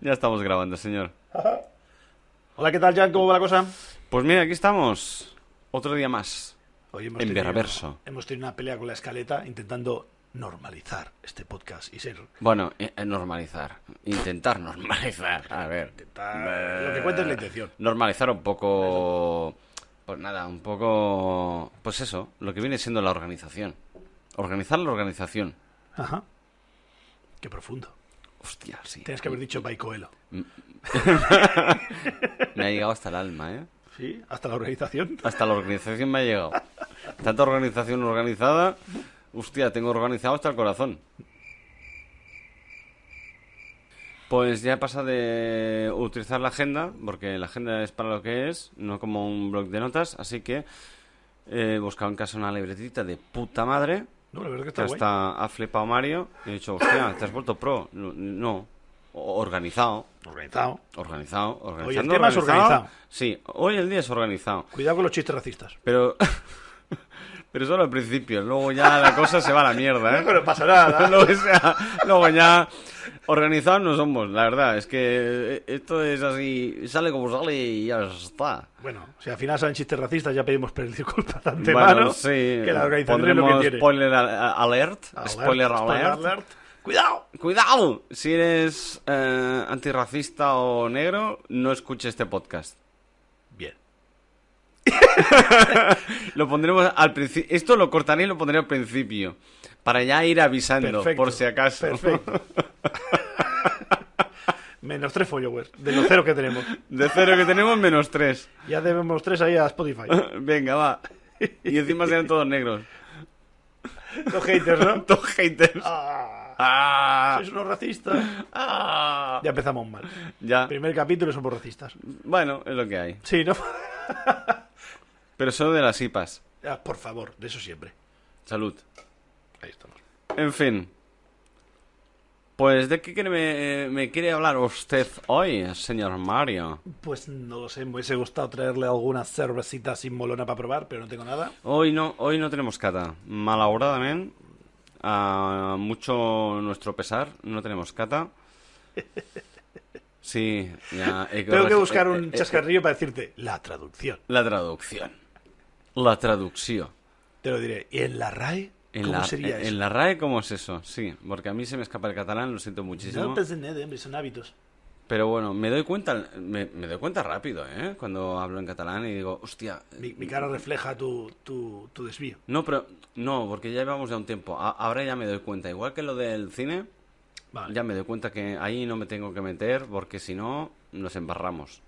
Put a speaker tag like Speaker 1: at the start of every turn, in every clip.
Speaker 1: Ya estamos grabando, señor.
Speaker 2: Hola, ¿qué tal, Jan? ¿Cómo va la cosa?
Speaker 1: Pues mira, aquí estamos. Otro día más.
Speaker 2: Hoy hemos
Speaker 1: En
Speaker 2: tenido-
Speaker 1: Berraverso.
Speaker 2: Hemos tenido una pelea con la escaleta intentando normalizar este podcast y ser.
Speaker 1: Bueno, eh, eh, normalizar. Intentar normalizar. A ver.
Speaker 2: Intentar- Lo que cuenta es la intención.
Speaker 1: Normalizar un poco. Pues nada, un poco. Pues eso, lo que viene siendo la organización. Organizar la organización.
Speaker 2: Ajá. Qué profundo.
Speaker 1: Hostia, sí.
Speaker 2: Tienes que haber dicho by Coelho.
Speaker 1: Me ha llegado hasta el alma, ¿eh?
Speaker 2: Sí, hasta la organización.
Speaker 1: Hasta la organización me ha llegado. Tanta organización organizada. Hostia, tengo organizado hasta el corazón. Pues ya pasa de utilizar la agenda, porque la agenda es para lo que es, no como un blog de notas, así que eh, he buscado en casa una libretita de puta madre,
Speaker 2: No, la verdad es
Speaker 1: que
Speaker 2: que está guay.
Speaker 1: hasta ha flipado Mario, y he dicho, hostia, te has vuelto pro. No, no. O- organizado,
Speaker 2: Organizado.
Speaker 1: organizado, organizando.
Speaker 2: Hoy el tema es organizado.
Speaker 1: Sí, hoy el día es organizado.
Speaker 2: Cuidado con los chistes racistas.
Speaker 1: Pero. Pero solo al principio. Luego ya la cosa se va a la mierda, ¿eh?
Speaker 2: Pero no pasa nada.
Speaker 1: Luego, o sea, luego ya. Organizados no somos, la verdad. Es que eh, esto es así. Sale como sale y ya está.
Speaker 2: Bueno, si al final salen chistes racistas, ya pedimos per- disculpas de antemano.
Speaker 1: Bueno, sí.
Speaker 2: Que la organización es lo
Speaker 1: Pondremos
Speaker 2: que tiene.
Speaker 1: spoiler a- a- alert, Spoiler alert.
Speaker 2: ¡Cuidado!
Speaker 1: ¡Cuidado! Si eres eh, antirracista o negro, no escuches este podcast.
Speaker 2: Bien.
Speaker 1: Lo pondremos al principio. Esto lo cortaré y lo pondré al principio. Para ya ir avisando,
Speaker 2: Perfecto,
Speaker 1: por si acaso.
Speaker 2: Perfecto. Menos tres followers, de los cero que tenemos.
Speaker 1: De cero que tenemos, menos tres.
Speaker 2: Ya debemos tres ahí a Spotify.
Speaker 1: Venga, va. Y encima serán todos negros.
Speaker 2: Los haters, ¿no?
Speaker 1: Todos haters.
Speaker 2: Ah,
Speaker 1: Ah,
Speaker 2: sois unos racistas.
Speaker 1: ah.
Speaker 2: Ya empezamos mal.
Speaker 1: Ya.
Speaker 2: Primer capítulo somos racistas.
Speaker 1: Bueno, es lo que hay.
Speaker 2: Sí, ¿no?
Speaker 1: Pero solo de las IPAs.
Speaker 2: Ah, Por favor, de eso siempre.
Speaker 1: Salud.
Speaker 2: Ahí estamos.
Speaker 1: En fin. Pues, ¿de qué quiere- me, me quiere hablar usted hoy, señor Mario?
Speaker 2: Pues no lo sé, me hubiese gustado traerle alguna cervecita sin molona para probar, pero no tengo nada.
Speaker 1: Hoy no, hoy no tenemos cata. Malauradamente, a mucho nuestro pesar, no tenemos cata. Sí, ya. he
Speaker 2: Tengo que
Speaker 1: corregi-
Speaker 2: buscar
Speaker 1: eh,
Speaker 2: un
Speaker 1: eh,
Speaker 2: chascarrillo para decirte la traducción.
Speaker 1: La traducción. La traducción.
Speaker 2: Te lo diré. ¿Y en la RAE?
Speaker 1: En
Speaker 2: ¿Cómo
Speaker 1: la, eh,
Speaker 2: sería
Speaker 1: en
Speaker 2: eso?
Speaker 1: la RAE, ¿cómo es eso? Sí, porque a mí se me escapa el catalán, lo siento muchísimo.
Speaker 2: No pues pensé en nada, hombre, son hábitos.
Speaker 1: Pero bueno, me doy cuenta, me, me doy cuenta rápido, ¿eh? Cuando hablo en catalán y digo, hostia. eh,
Speaker 2: Mi, mi cara refleja tu, tu, tu desvío.
Speaker 1: No, pero. No, porque ya llevamos ya un tiempo. A- ahora ya me doy cuenta. Igual que lo del cine,
Speaker 2: Vale.
Speaker 1: ya me doy cuenta que ahí no me tengo que meter porque si no, nos embarramos.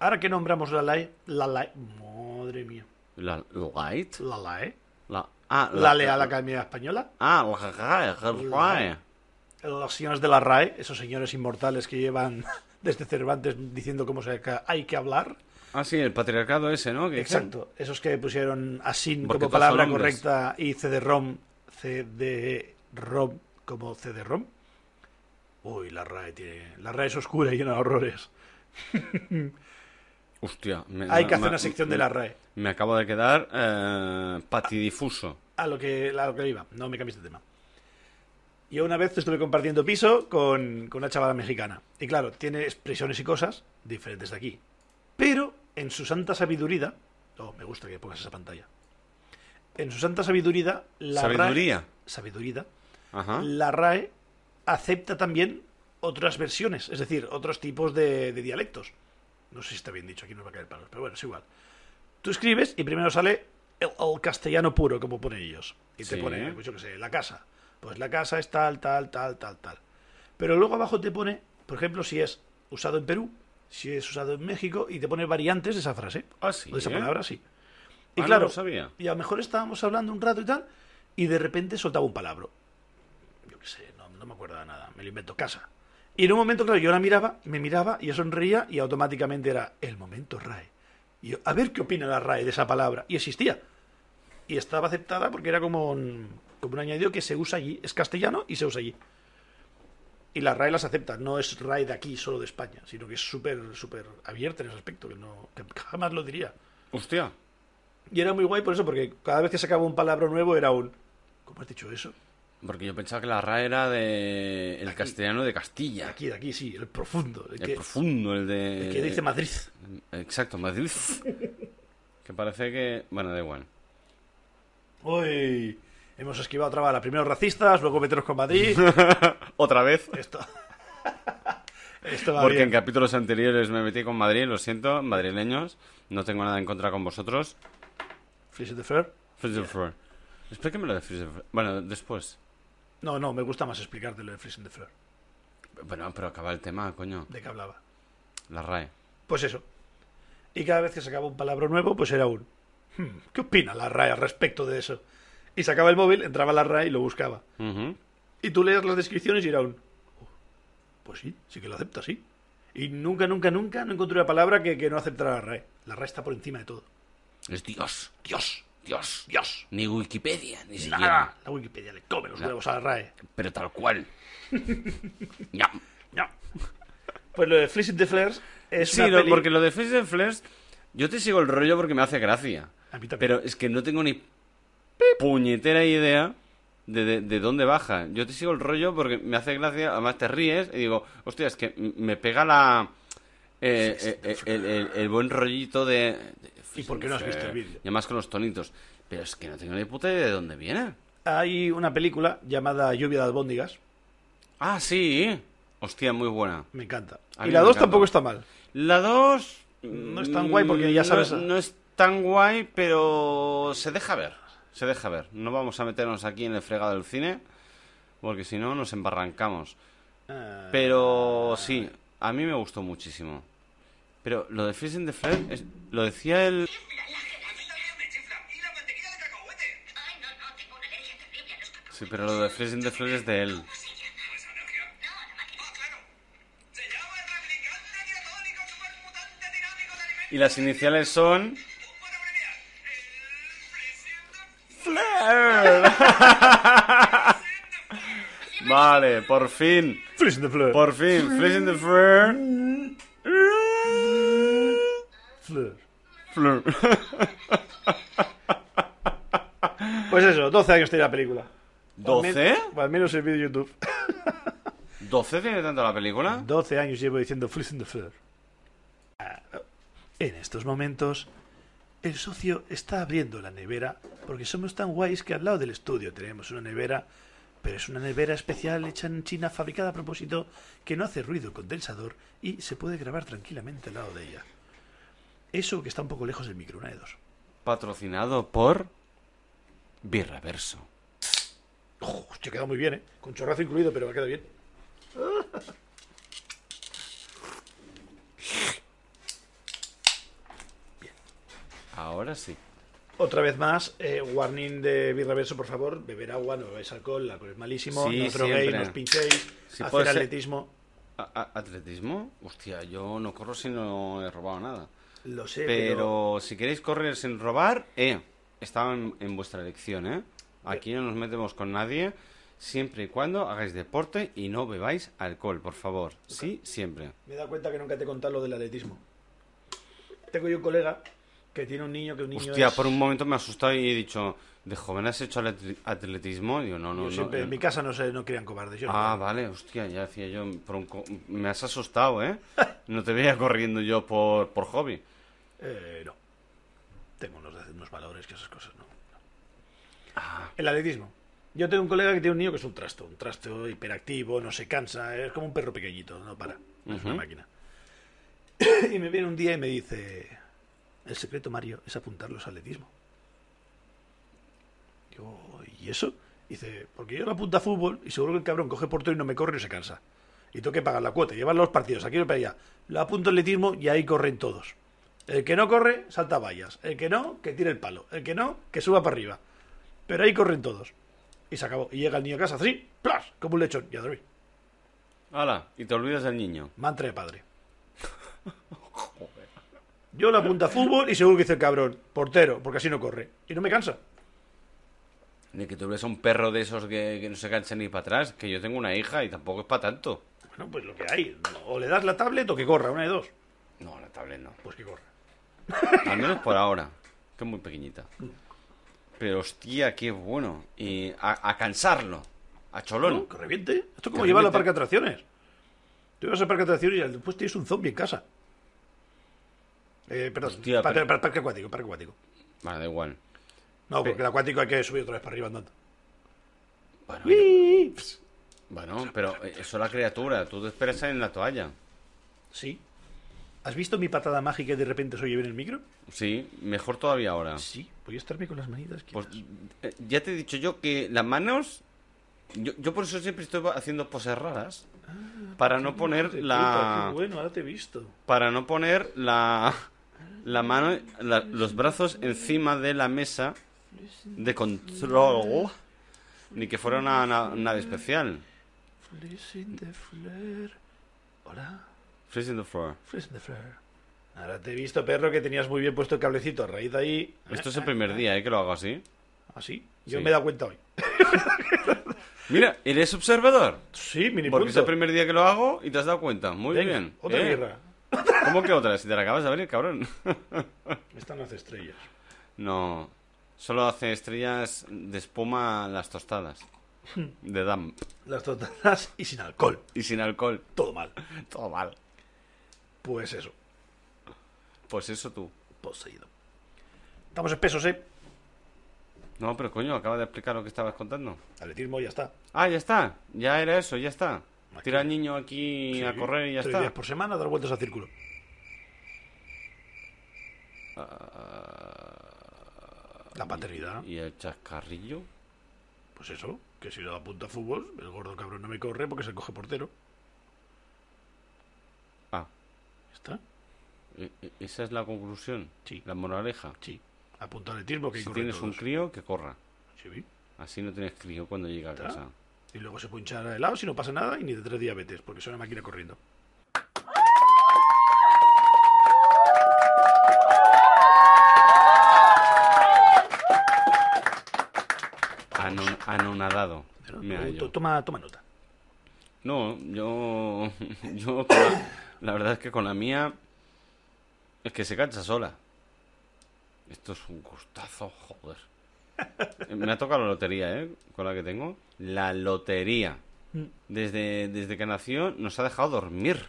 Speaker 2: Ahora que nombramos la LAE, la LAE, madre mía,
Speaker 1: La light.
Speaker 2: la LAE,
Speaker 1: La, ah,
Speaker 2: la LEA, la Academia Española,
Speaker 1: Ah, la RAE, la RAE.
Speaker 2: los señores de la RAE, esos señores inmortales que llevan desde Cervantes diciendo cómo se ca- hay que hablar.
Speaker 1: Ah, sí, el patriarcado ese, ¿no? Que dicen.
Speaker 2: Exacto, esos que pusieron ASIN
Speaker 1: Porque todos son
Speaker 2: como palabra
Speaker 1: hombres.
Speaker 2: correcta y CD-ROM, CD-ROM como CD-ROM. Uy, la RAE tiene, la RAE es oscura y llena de horrores.
Speaker 1: Hostia, me-
Speaker 2: Hay que
Speaker 1: me-
Speaker 2: hacer
Speaker 1: me-
Speaker 2: una sección de la RAE.
Speaker 1: Me acabo de quedar eh, patidifuso.
Speaker 2: a lo que, a lo que iba, no me cambies de tema. Yo una vez estuve compartiendo piso con, con una chavala mexicana. Y claro, tiene expresiones y cosas diferentes de aquí. Pero en su santa sabiduría. Oh, me gusta que pongas esa pantalla. En su santa sabiduría. La
Speaker 1: Sabiduría.
Speaker 2: RAE, sabiduría.
Speaker 1: Ajá.
Speaker 2: La RAE acepta también otras versiones, es decir, otros tipos de, de dialectos. No sé si está bien dicho, aquí no va a caer palos, pero bueno, es igual. Tú escribes y primero sale el, el castellano puro, como ponen ellos. Y te
Speaker 1: Sí.
Speaker 2: pone, pues yo qué sé, la casa. Pues la casa es tal, tal, tal, tal, tal. Pero luego abajo te pone, por ejemplo, si es usado en Perú, si es usado en México, y te pone variantes de esa frase.
Speaker 1: Ah, sí,
Speaker 2: O de esa
Speaker 1: ¿eh?
Speaker 2: palabra, sí.
Speaker 1: Ah,
Speaker 2: Y
Speaker 1: no
Speaker 2: claro,
Speaker 1: lo sabía.
Speaker 2: y a lo mejor estábamos hablando un rato y tal, y de repente soltaba un palabra yo qué sé, no, no me acuerdo de nada, me lo invento, casa. Y en un momento, claro, yo la miraba, me miraba, y yo sonreía y automáticamente era el momento RAE. Y yo, a ver qué opina la RAE de esa palabra. Y existía. Y estaba aceptada porque era como un, como un añadido que se usa allí, es castellano y se usa allí. Y la RAE las acepta, no es RAE de aquí, solo de España, sino que es súper, súper abierta en ese aspecto, que, no, que jamás lo diría.
Speaker 1: Hostia.
Speaker 2: Y era muy guay por eso, porque cada vez que sacaba un palabra nuevo era un... ¿Cómo has dicho eso?
Speaker 1: Porque yo pensaba que la RAE era de el
Speaker 2: Aquí.
Speaker 1: castellano de Castilla.
Speaker 2: Aquí, de aquí, sí, el profundo. El,
Speaker 1: el
Speaker 2: que,
Speaker 1: profundo, Eh. el de...
Speaker 2: el que dice Madrid.
Speaker 1: Exacto, Madrid. que parece que... Bueno, da igual.
Speaker 2: Uy, hemos esquivado otra bala. Primero racistas, luego meteros con Madrid.
Speaker 1: Otra vez.
Speaker 2: Esto, esto va
Speaker 1: Porque
Speaker 2: bien.
Speaker 1: en capítulos anteriores me metí con Madrid, lo siento, madrileños. No tengo nada en contra con vosotros.
Speaker 2: Fleece de Fer.
Speaker 1: Freezer Floor. Explíqueme lo de Freezer Floor. Bueno, después.
Speaker 2: No, no, me gusta más explicártelo de Freeze de Fleur.
Speaker 1: Bueno, pero acaba el tema, coño.
Speaker 2: ¿De qué hablaba?
Speaker 1: La RAE.
Speaker 2: Pues eso. Y cada vez que sacaba un palabra nuevo, pues era un. "Hmm, ¿Qué opina la RAE al respecto de eso? Y sacaba el móvil, entraba a la RAE y lo buscaba.
Speaker 1: Ujú.
Speaker 2: Y tú leías las descripciones y era un. "Oh, Pues sí, sí que lo acepta, sí. Y nunca, nunca, nunca no encontré una palabra que, que no aceptara la RAE. La RAE está por encima de todo.
Speaker 1: Es Dios.
Speaker 2: Dios,
Speaker 1: Dios.
Speaker 2: Dios.
Speaker 1: Ni Wikipedia, ni siquiera.
Speaker 2: Nada. La Wikipedia le come los huevos a la RAE.
Speaker 1: Pero tal cual. Ya.
Speaker 2: No. Pues lo de Fliss de Flares es
Speaker 1: Sí,
Speaker 2: una
Speaker 1: lo-
Speaker 2: peli-
Speaker 1: porque lo de Freezer Flares, yo te sigo el rollo porque me hace gracia.
Speaker 2: A mí también.
Speaker 1: Pero es que no tengo ni puñetera idea de, de- de dónde baja. Yo te sigo el rollo porque me hace gracia, además te ríes y digo, hostia, es que m- me pega la... eh, eh, eh, el, el- el buen rollito de... de-
Speaker 2: ¿Y por qué no has visto el vídeo?
Speaker 1: Y además con los tonitos. Pero es que no tengo ni puta idea de dónde viene.
Speaker 2: Hay una película llamada Lluvia de albóndigas.
Speaker 1: Ah, sí. Hostia, muy buena.
Speaker 2: Me encanta.
Speaker 1: A
Speaker 2: Y
Speaker 1: mí
Speaker 2: la
Speaker 1: me
Speaker 2: 2
Speaker 1: encanta.
Speaker 2: tampoco está mal.
Speaker 1: La 2...
Speaker 2: No es tan guay porque ya sabes-
Speaker 1: Mm, No, es tan guay, pero se deja ver. Se deja ver. No vamos a meternos aquí en el fregado del cine, porque si no nos embarrancamos.
Speaker 2: Ah,
Speaker 1: Pero sí, a mí me gustó muchísimo. Pero lo de Freezing the Fred, es- lo decía el...
Speaker 3: A mí también me chifla. Y la mantequilla de cacahuete. Ay, no, no, tengo una alergia terrible a los cacahuetes.
Speaker 1: Sí, pero lo de Freezing the Fred es de él.
Speaker 3: Pues alergia. No, la máquina. Ah, claro. Se llama el replicante diatónico supermutante dinámico de alimentos.
Speaker 1: Y las iniciales son...
Speaker 3: Tú para abreviar. El presidente
Speaker 1: Flair. Vale, por fin.
Speaker 2: Fliss in the Fleur.
Speaker 1: Por fin, Freezing the Fred.
Speaker 2: Fleur.
Speaker 1: Fleur.
Speaker 2: Pues eso, 12 años tiene la película. O al men-
Speaker 1: ¿12?
Speaker 2: o al menos el vídeo de YouTube.
Speaker 1: ¿12 tiene tanto la película?
Speaker 2: 12 años llevo diciendo Fliss in the Fleur. En estos momentos, el socio está abriendo la nevera porque somos tan guays que al lado del estudio tenemos una nevera, pero es una nevera especial hecha en China, fabricada a propósito, que no hace ruido condensador y se puede grabar tranquilamente al lado de ella. Eso que está un poco lejos del micro, una de dos.
Speaker 1: Patrocinado por Birreverso.
Speaker 2: Ojo, hostia, queda muy bien, ¿eh? Con chorrazo incluido, pero me queda bien.
Speaker 1: Ahora sí.
Speaker 2: Otra vez más, eh, warning de Birreverso, por favor. Beber agua, no bebáis alcohol, el alcohol es malísimo.
Speaker 1: Sí,
Speaker 2: no os droguéis,
Speaker 1: siempre.
Speaker 2: no os pinchéis.
Speaker 1: Si puede
Speaker 2: hacer
Speaker 1: ser-
Speaker 2: atletismo.
Speaker 1: ¿A- a- ¿Atletismo? Hostia, yo no corro si no he robado nada.
Speaker 2: Lo sé, pero...
Speaker 1: Pero si queréis correr sin robar, eh, estaba en, en vuestra elección, eh. Aquí no nos metemos con nadie, siempre y cuando hagáis deporte y no bebáis alcohol, por favor. Sí, siempre.
Speaker 2: Me he dado cuenta que nunca te he contado lo del atletismo. Tengo yo un colega que tiene un niño que un niño
Speaker 1: Hostia,
Speaker 2: es-
Speaker 1: por un momento me he asustado y he dicho, ¿de joven has hecho atlet- atletismo? Digo, no, no,
Speaker 2: Yo
Speaker 1: no.
Speaker 2: siempre-
Speaker 1: yo
Speaker 2: en
Speaker 1: no".
Speaker 2: mi casa no se no crían cobardes. Yo
Speaker 1: Ah,
Speaker 2: no.
Speaker 1: vale, hostia, ya decía yo, por un co- me has asustado, ¿eh? No te veía corriendo yo por, por hobby.
Speaker 2: Eh, no. Tengo unos, unos valores que esas cosas no. no. El atletismo. Yo tengo un colega que tiene un niño que es un trasto, un trasto hiperactivo, no se cansa, es como un perro pequeñito, no para. Es
Speaker 1: Ujú.
Speaker 2: una máquina. Y me viene un día y me dice, el secreto, Mario, es apuntarlos al atletismo. Digo, ¿y eso? Dice, porque yo lo apunto a fútbol y seguro que el cabrón coge portero y no me corre y se cansa. Y tengo que pagar la cuota, llevar los partidos, aquí no para allá. Lo apunto al atletismo y ahí corren todos. El que no corre, salta vallas. El que no, que tire el palo. El que no, que suba para arriba. Pero ahí corren todos. Y se acabó. Y llega el niño a casa así, ¡plas! Como un lechón. Y a dormir.
Speaker 1: Hala, y te olvidas del niño.
Speaker 2: Mantra de padre. Yo la apunto a fútbol y seguro que dice el cabrón, portero, porque así no corre. Y no me cansa.
Speaker 1: De que tú ves a un perro de esos que, que no se cansa ni para atrás, que yo tengo una hija y tampoco es para tanto.
Speaker 2: Bueno, pues lo que hay. O le das la tablet o que corra, una de dos.
Speaker 1: No, la tablet no.
Speaker 2: Pues que corra.
Speaker 1: Al menos por ahora, que es muy pequeñita. Pero hostia, qué bueno. Y a, a cansarlo. A cholón.
Speaker 2: Que reviente. Esto es como
Speaker 1: Que
Speaker 2: llevarlo al
Speaker 1: reviente.
Speaker 2: parque de atracciones. Tú vas al parque de atracciones y al- después tienes un zombie en casa. Eh, perdón,
Speaker 1: Hostia,
Speaker 2: parque,
Speaker 1: pero-
Speaker 2: parque acuático, parque acuático.
Speaker 1: Vale, da igual.
Speaker 2: No, porque el acuático hay que subir otra vez para arriba andando.
Speaker 1: Bueno,
Speaker 2: Uy, pss.
Speaker 1: bueno, pero eh, eso es la criatura. Tú te esperas en la toalla.
Speaker 2: Sí. ¿Has visto mi patada mágica y de repente se oye bien el micro?
Speaker 1: Sí, mejor todavía ahora.
Speaker 2: Sí, voy a estarme con las manitas.
Speaker 1: Pues
Speaker 2: quietas.
Speaker 1: eh, ya te he dicho yo que las manos. Yo, yo por eso siempre estoy haciendo poses raras. Para no poner
Speaker 2: Hijo de puta,
Speaker 1: la.
Speaker 2: Ah, qué Ah. bueno, ahora te he visto.
Speaker 1: Para no poner la. La mano. la- los brazos encima de la mesa de control. Ni que fuera una una- nave especial.
Speaker 2: Fleas in the flare. Hola,
Speaker 1: Freezing the floor.
Speaker 2: Fleas in the flare. Ahora te he visto, perro, que tenías muy bien puesto el cablecito a raíz de ahí.
Speaker 1: Esto es el primer día, ¿eh? Que lo hago así.
Speaker 2: Así. Yo
Speaker 1: Sí.
Speaker 2: me he dado cuenta hoy.
Speaker 1: Mira, eres observador.
Speaker 2: Sí, mini
Speaker 1: Porque es el
Speaker 2: punto.
Speaker 1: primer día que lo hago y te has dado cuenta. Muy
Speaker 2: Venga,
Speaker 1: bien.
Speaker 2: Otra
Speaker 1: ¿eh?
Speaker 2: guerra.
Speaker 1: ¿Cómo que otra? Si te la acabas de abrir, cabrón.
Speaker 2: Esta no hace estrellas.
Speaker 1: No. Solo hace estrellas de espuma las tostadas.
Speaker 2: Hmm.
Speaker 1: De damp.
Speaker 2: Las tostadas y sin alcohol.
Speaker 1: Y sin alcohol.
Speaker 2: Todo mal.
Speaker 1: Todo mal.
Speaker 2: Pues eso.
Speaker 1: Pues eso tú.
Speaker 2: Poseído. Estamos espesos, ¿eh?
Speaker 1: No, pero coño, acaba de explicar lo que estabas contando.
Speaker 2: Atletismo ya está.
Speaker 1: Ah, ya está. Ya era eso, ya está.
Speaker 2: Aquí.
Speaker 1: Tira al niño aquí a
Speaker 2: Sí.
Speaker 1: correr y ya
Speaker 2: Tres
Speaker 1: está.
Speaker 2: días por semana, dar vueltas al círculo. La paternidad.
Speaker 1: Ah. ¿Y el chascarrillo?
Speaker 2: Pues eso, que si no apunta a fútbol, el gordo cabrón no me corre porque se coge portero.
Speaker 1: Ah,
Speaker 2: Ya está.
Speaker 1: e- e- esa es la conclusión.
Speaker 2: Sí.
Speaker 1: La moraleja.
Speaker 2: Sí. Apunta atletismo que hay
Speaker 1: Si
Speaker 2: que correr
Speaker 1: tienes un
Speaker 2: todos.
Speaker 1: crío, que corra.
Speaker 2: Sí.
Speaker 1: Así no tienes crío cuando llega a
Speaker 2: ¿Está?
Speaker 1: casa.
Speaker 2: Y luego se puncha al helado si no pasa nada y ni de tres diabetes, porque es una máquina corriendo.
Speaker 1: Anon- anonadado.
Speaker 2: Pero
Speaker 1: Mira,
Speaker 2: tú-
Speaker 1: yo.
Speaker 2: tú ¿Eh? toma, toma nota.
Speaker 1: No, yo. Yo. con la, la verdad es que con la mía. Es que se cansa sola. Esto es un gustazo, joder. Me ha tocado la lotería, ¿eh? Con la que tengo. La lotería. Desde, desde que nació nos ha dejado dormir.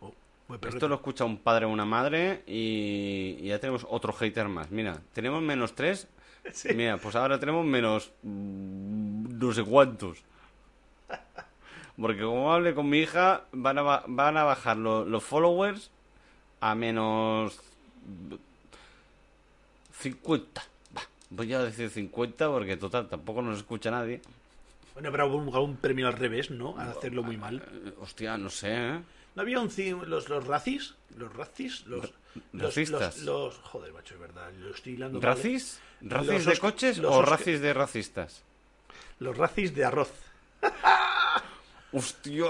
Speaker 2: Oh, buen
Speaker 1: Esto
Speaker 2: perrete.
Speaker 1: lo escucha un padre o una madre y, y ya tenemos otro hater más. Mira, tenemos menos tres. Mira, pues ahora tenemos menos mm, no sé cuántos. Porque como hable con mi hija, van a, ba- van a bajar lo- los followers a menos 50. Va, voy a decir 50 porque total, tampoco nos escucha nadie.
Speaker 2: Bueno, pero hubo un, un premio al revés, ¿no? Al hacerlo muy mal.
Speaker 1: Eh, Hostia, no sé, ¿eh?
Speaker 2: ¿No había un ci- los, los racis? ¿Los racis? Los, los,
Speaker 1: racistas.
Speaker 2: los, los- Joder, macho, es verdad. Lo estoy hilando mal, ¿eh?
Speaker 1: ¿Racis? ¿Racis
Speaker 2: Los
Speaker 1: de
Speaker 2: Osc-
Speaker 1: coches
Speaker 2: los
Speaker 1: o
Speaker 2: Osc-
Speaker 1: racis de racistas?
Speaker 2: Los racis de arroz.
Speaker 1: ¡Hostia!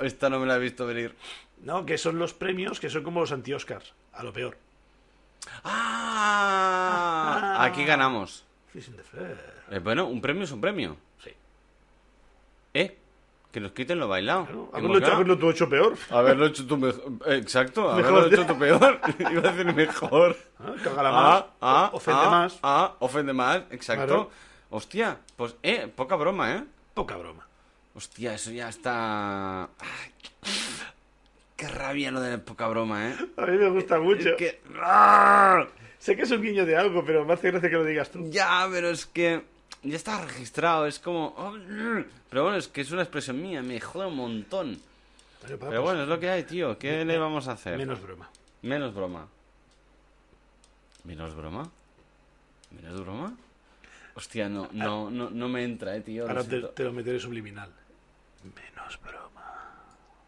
Speaker 1: Esta no me la he visto venir.
Speaker 2: No, que son los premios que son como los anti-Oscars. A lo peor.
Speaker 1: ¡Ah! Aquí ganamos.
Speaker 2: Fizz in the flare.
Speaker 1: Eh, bueno, un premio es un premio.
Speaker 2: Sí.
Speaker 1: ¿Eh? Que nos quiten lo bailado.
Speaker 2: Claro,
Speaker 1: Hemos
Speaker 2: haberlo hecho-
Speaker 1: ganado.
Speaker 2: haberlo tú hecho peor.
Speaker 1: Haberlo hecho tú mejor. Exacto,
Speaker 2: Mejor.
Speaker 1: haberlo hecho tú peor. Iba a decir mejor.
Speaker 2: Ah, Cágala más.
Speaker 1: Ah, ah,
Speaker 2: ofende
Speaker 1: ah,
Speaker 2: más.
Speaker 1: Ah, ofende más, exacto.
Speaker 2: Claro.
Speaker 1: Hostia, pues, eh, poca broma, ¿eh?
Speaker 2: Poca broma.
Speaker 1: Hostia, eso ya está. Ay, qué rabia lo de la poca broma, ¿eh?
Speaker 2: A mí me gusta mucho.
Speaker 1: Es que. ¡Ah!
Speaker 2: Sé que es un guiño de algo, pero me hace gracia que lo digas tú.
Speaker 1: Ya, pero es que ya está registrado, es como... ¡Oh! Pero bueno, es que es una expresión mía, me jode un montón.
Speaker 2: Bueno, papá,
Speaker 1: Pero
Speaker 2: pues,
Speaker 1: bueno, es lo que hay, tío, ¿qué le vamos a hacer?
Speaker 2: menos broma.
Speaker 1: Menos broma. ¿Menos broma? ¿Menos broma? Hostia, no, no, no, no me entra, eh, tío. lo
Speaker 2: Ah. Ahora te,
Speaker 1: siento.
Speaker 2: te lo meteré subliminal. Menos broma.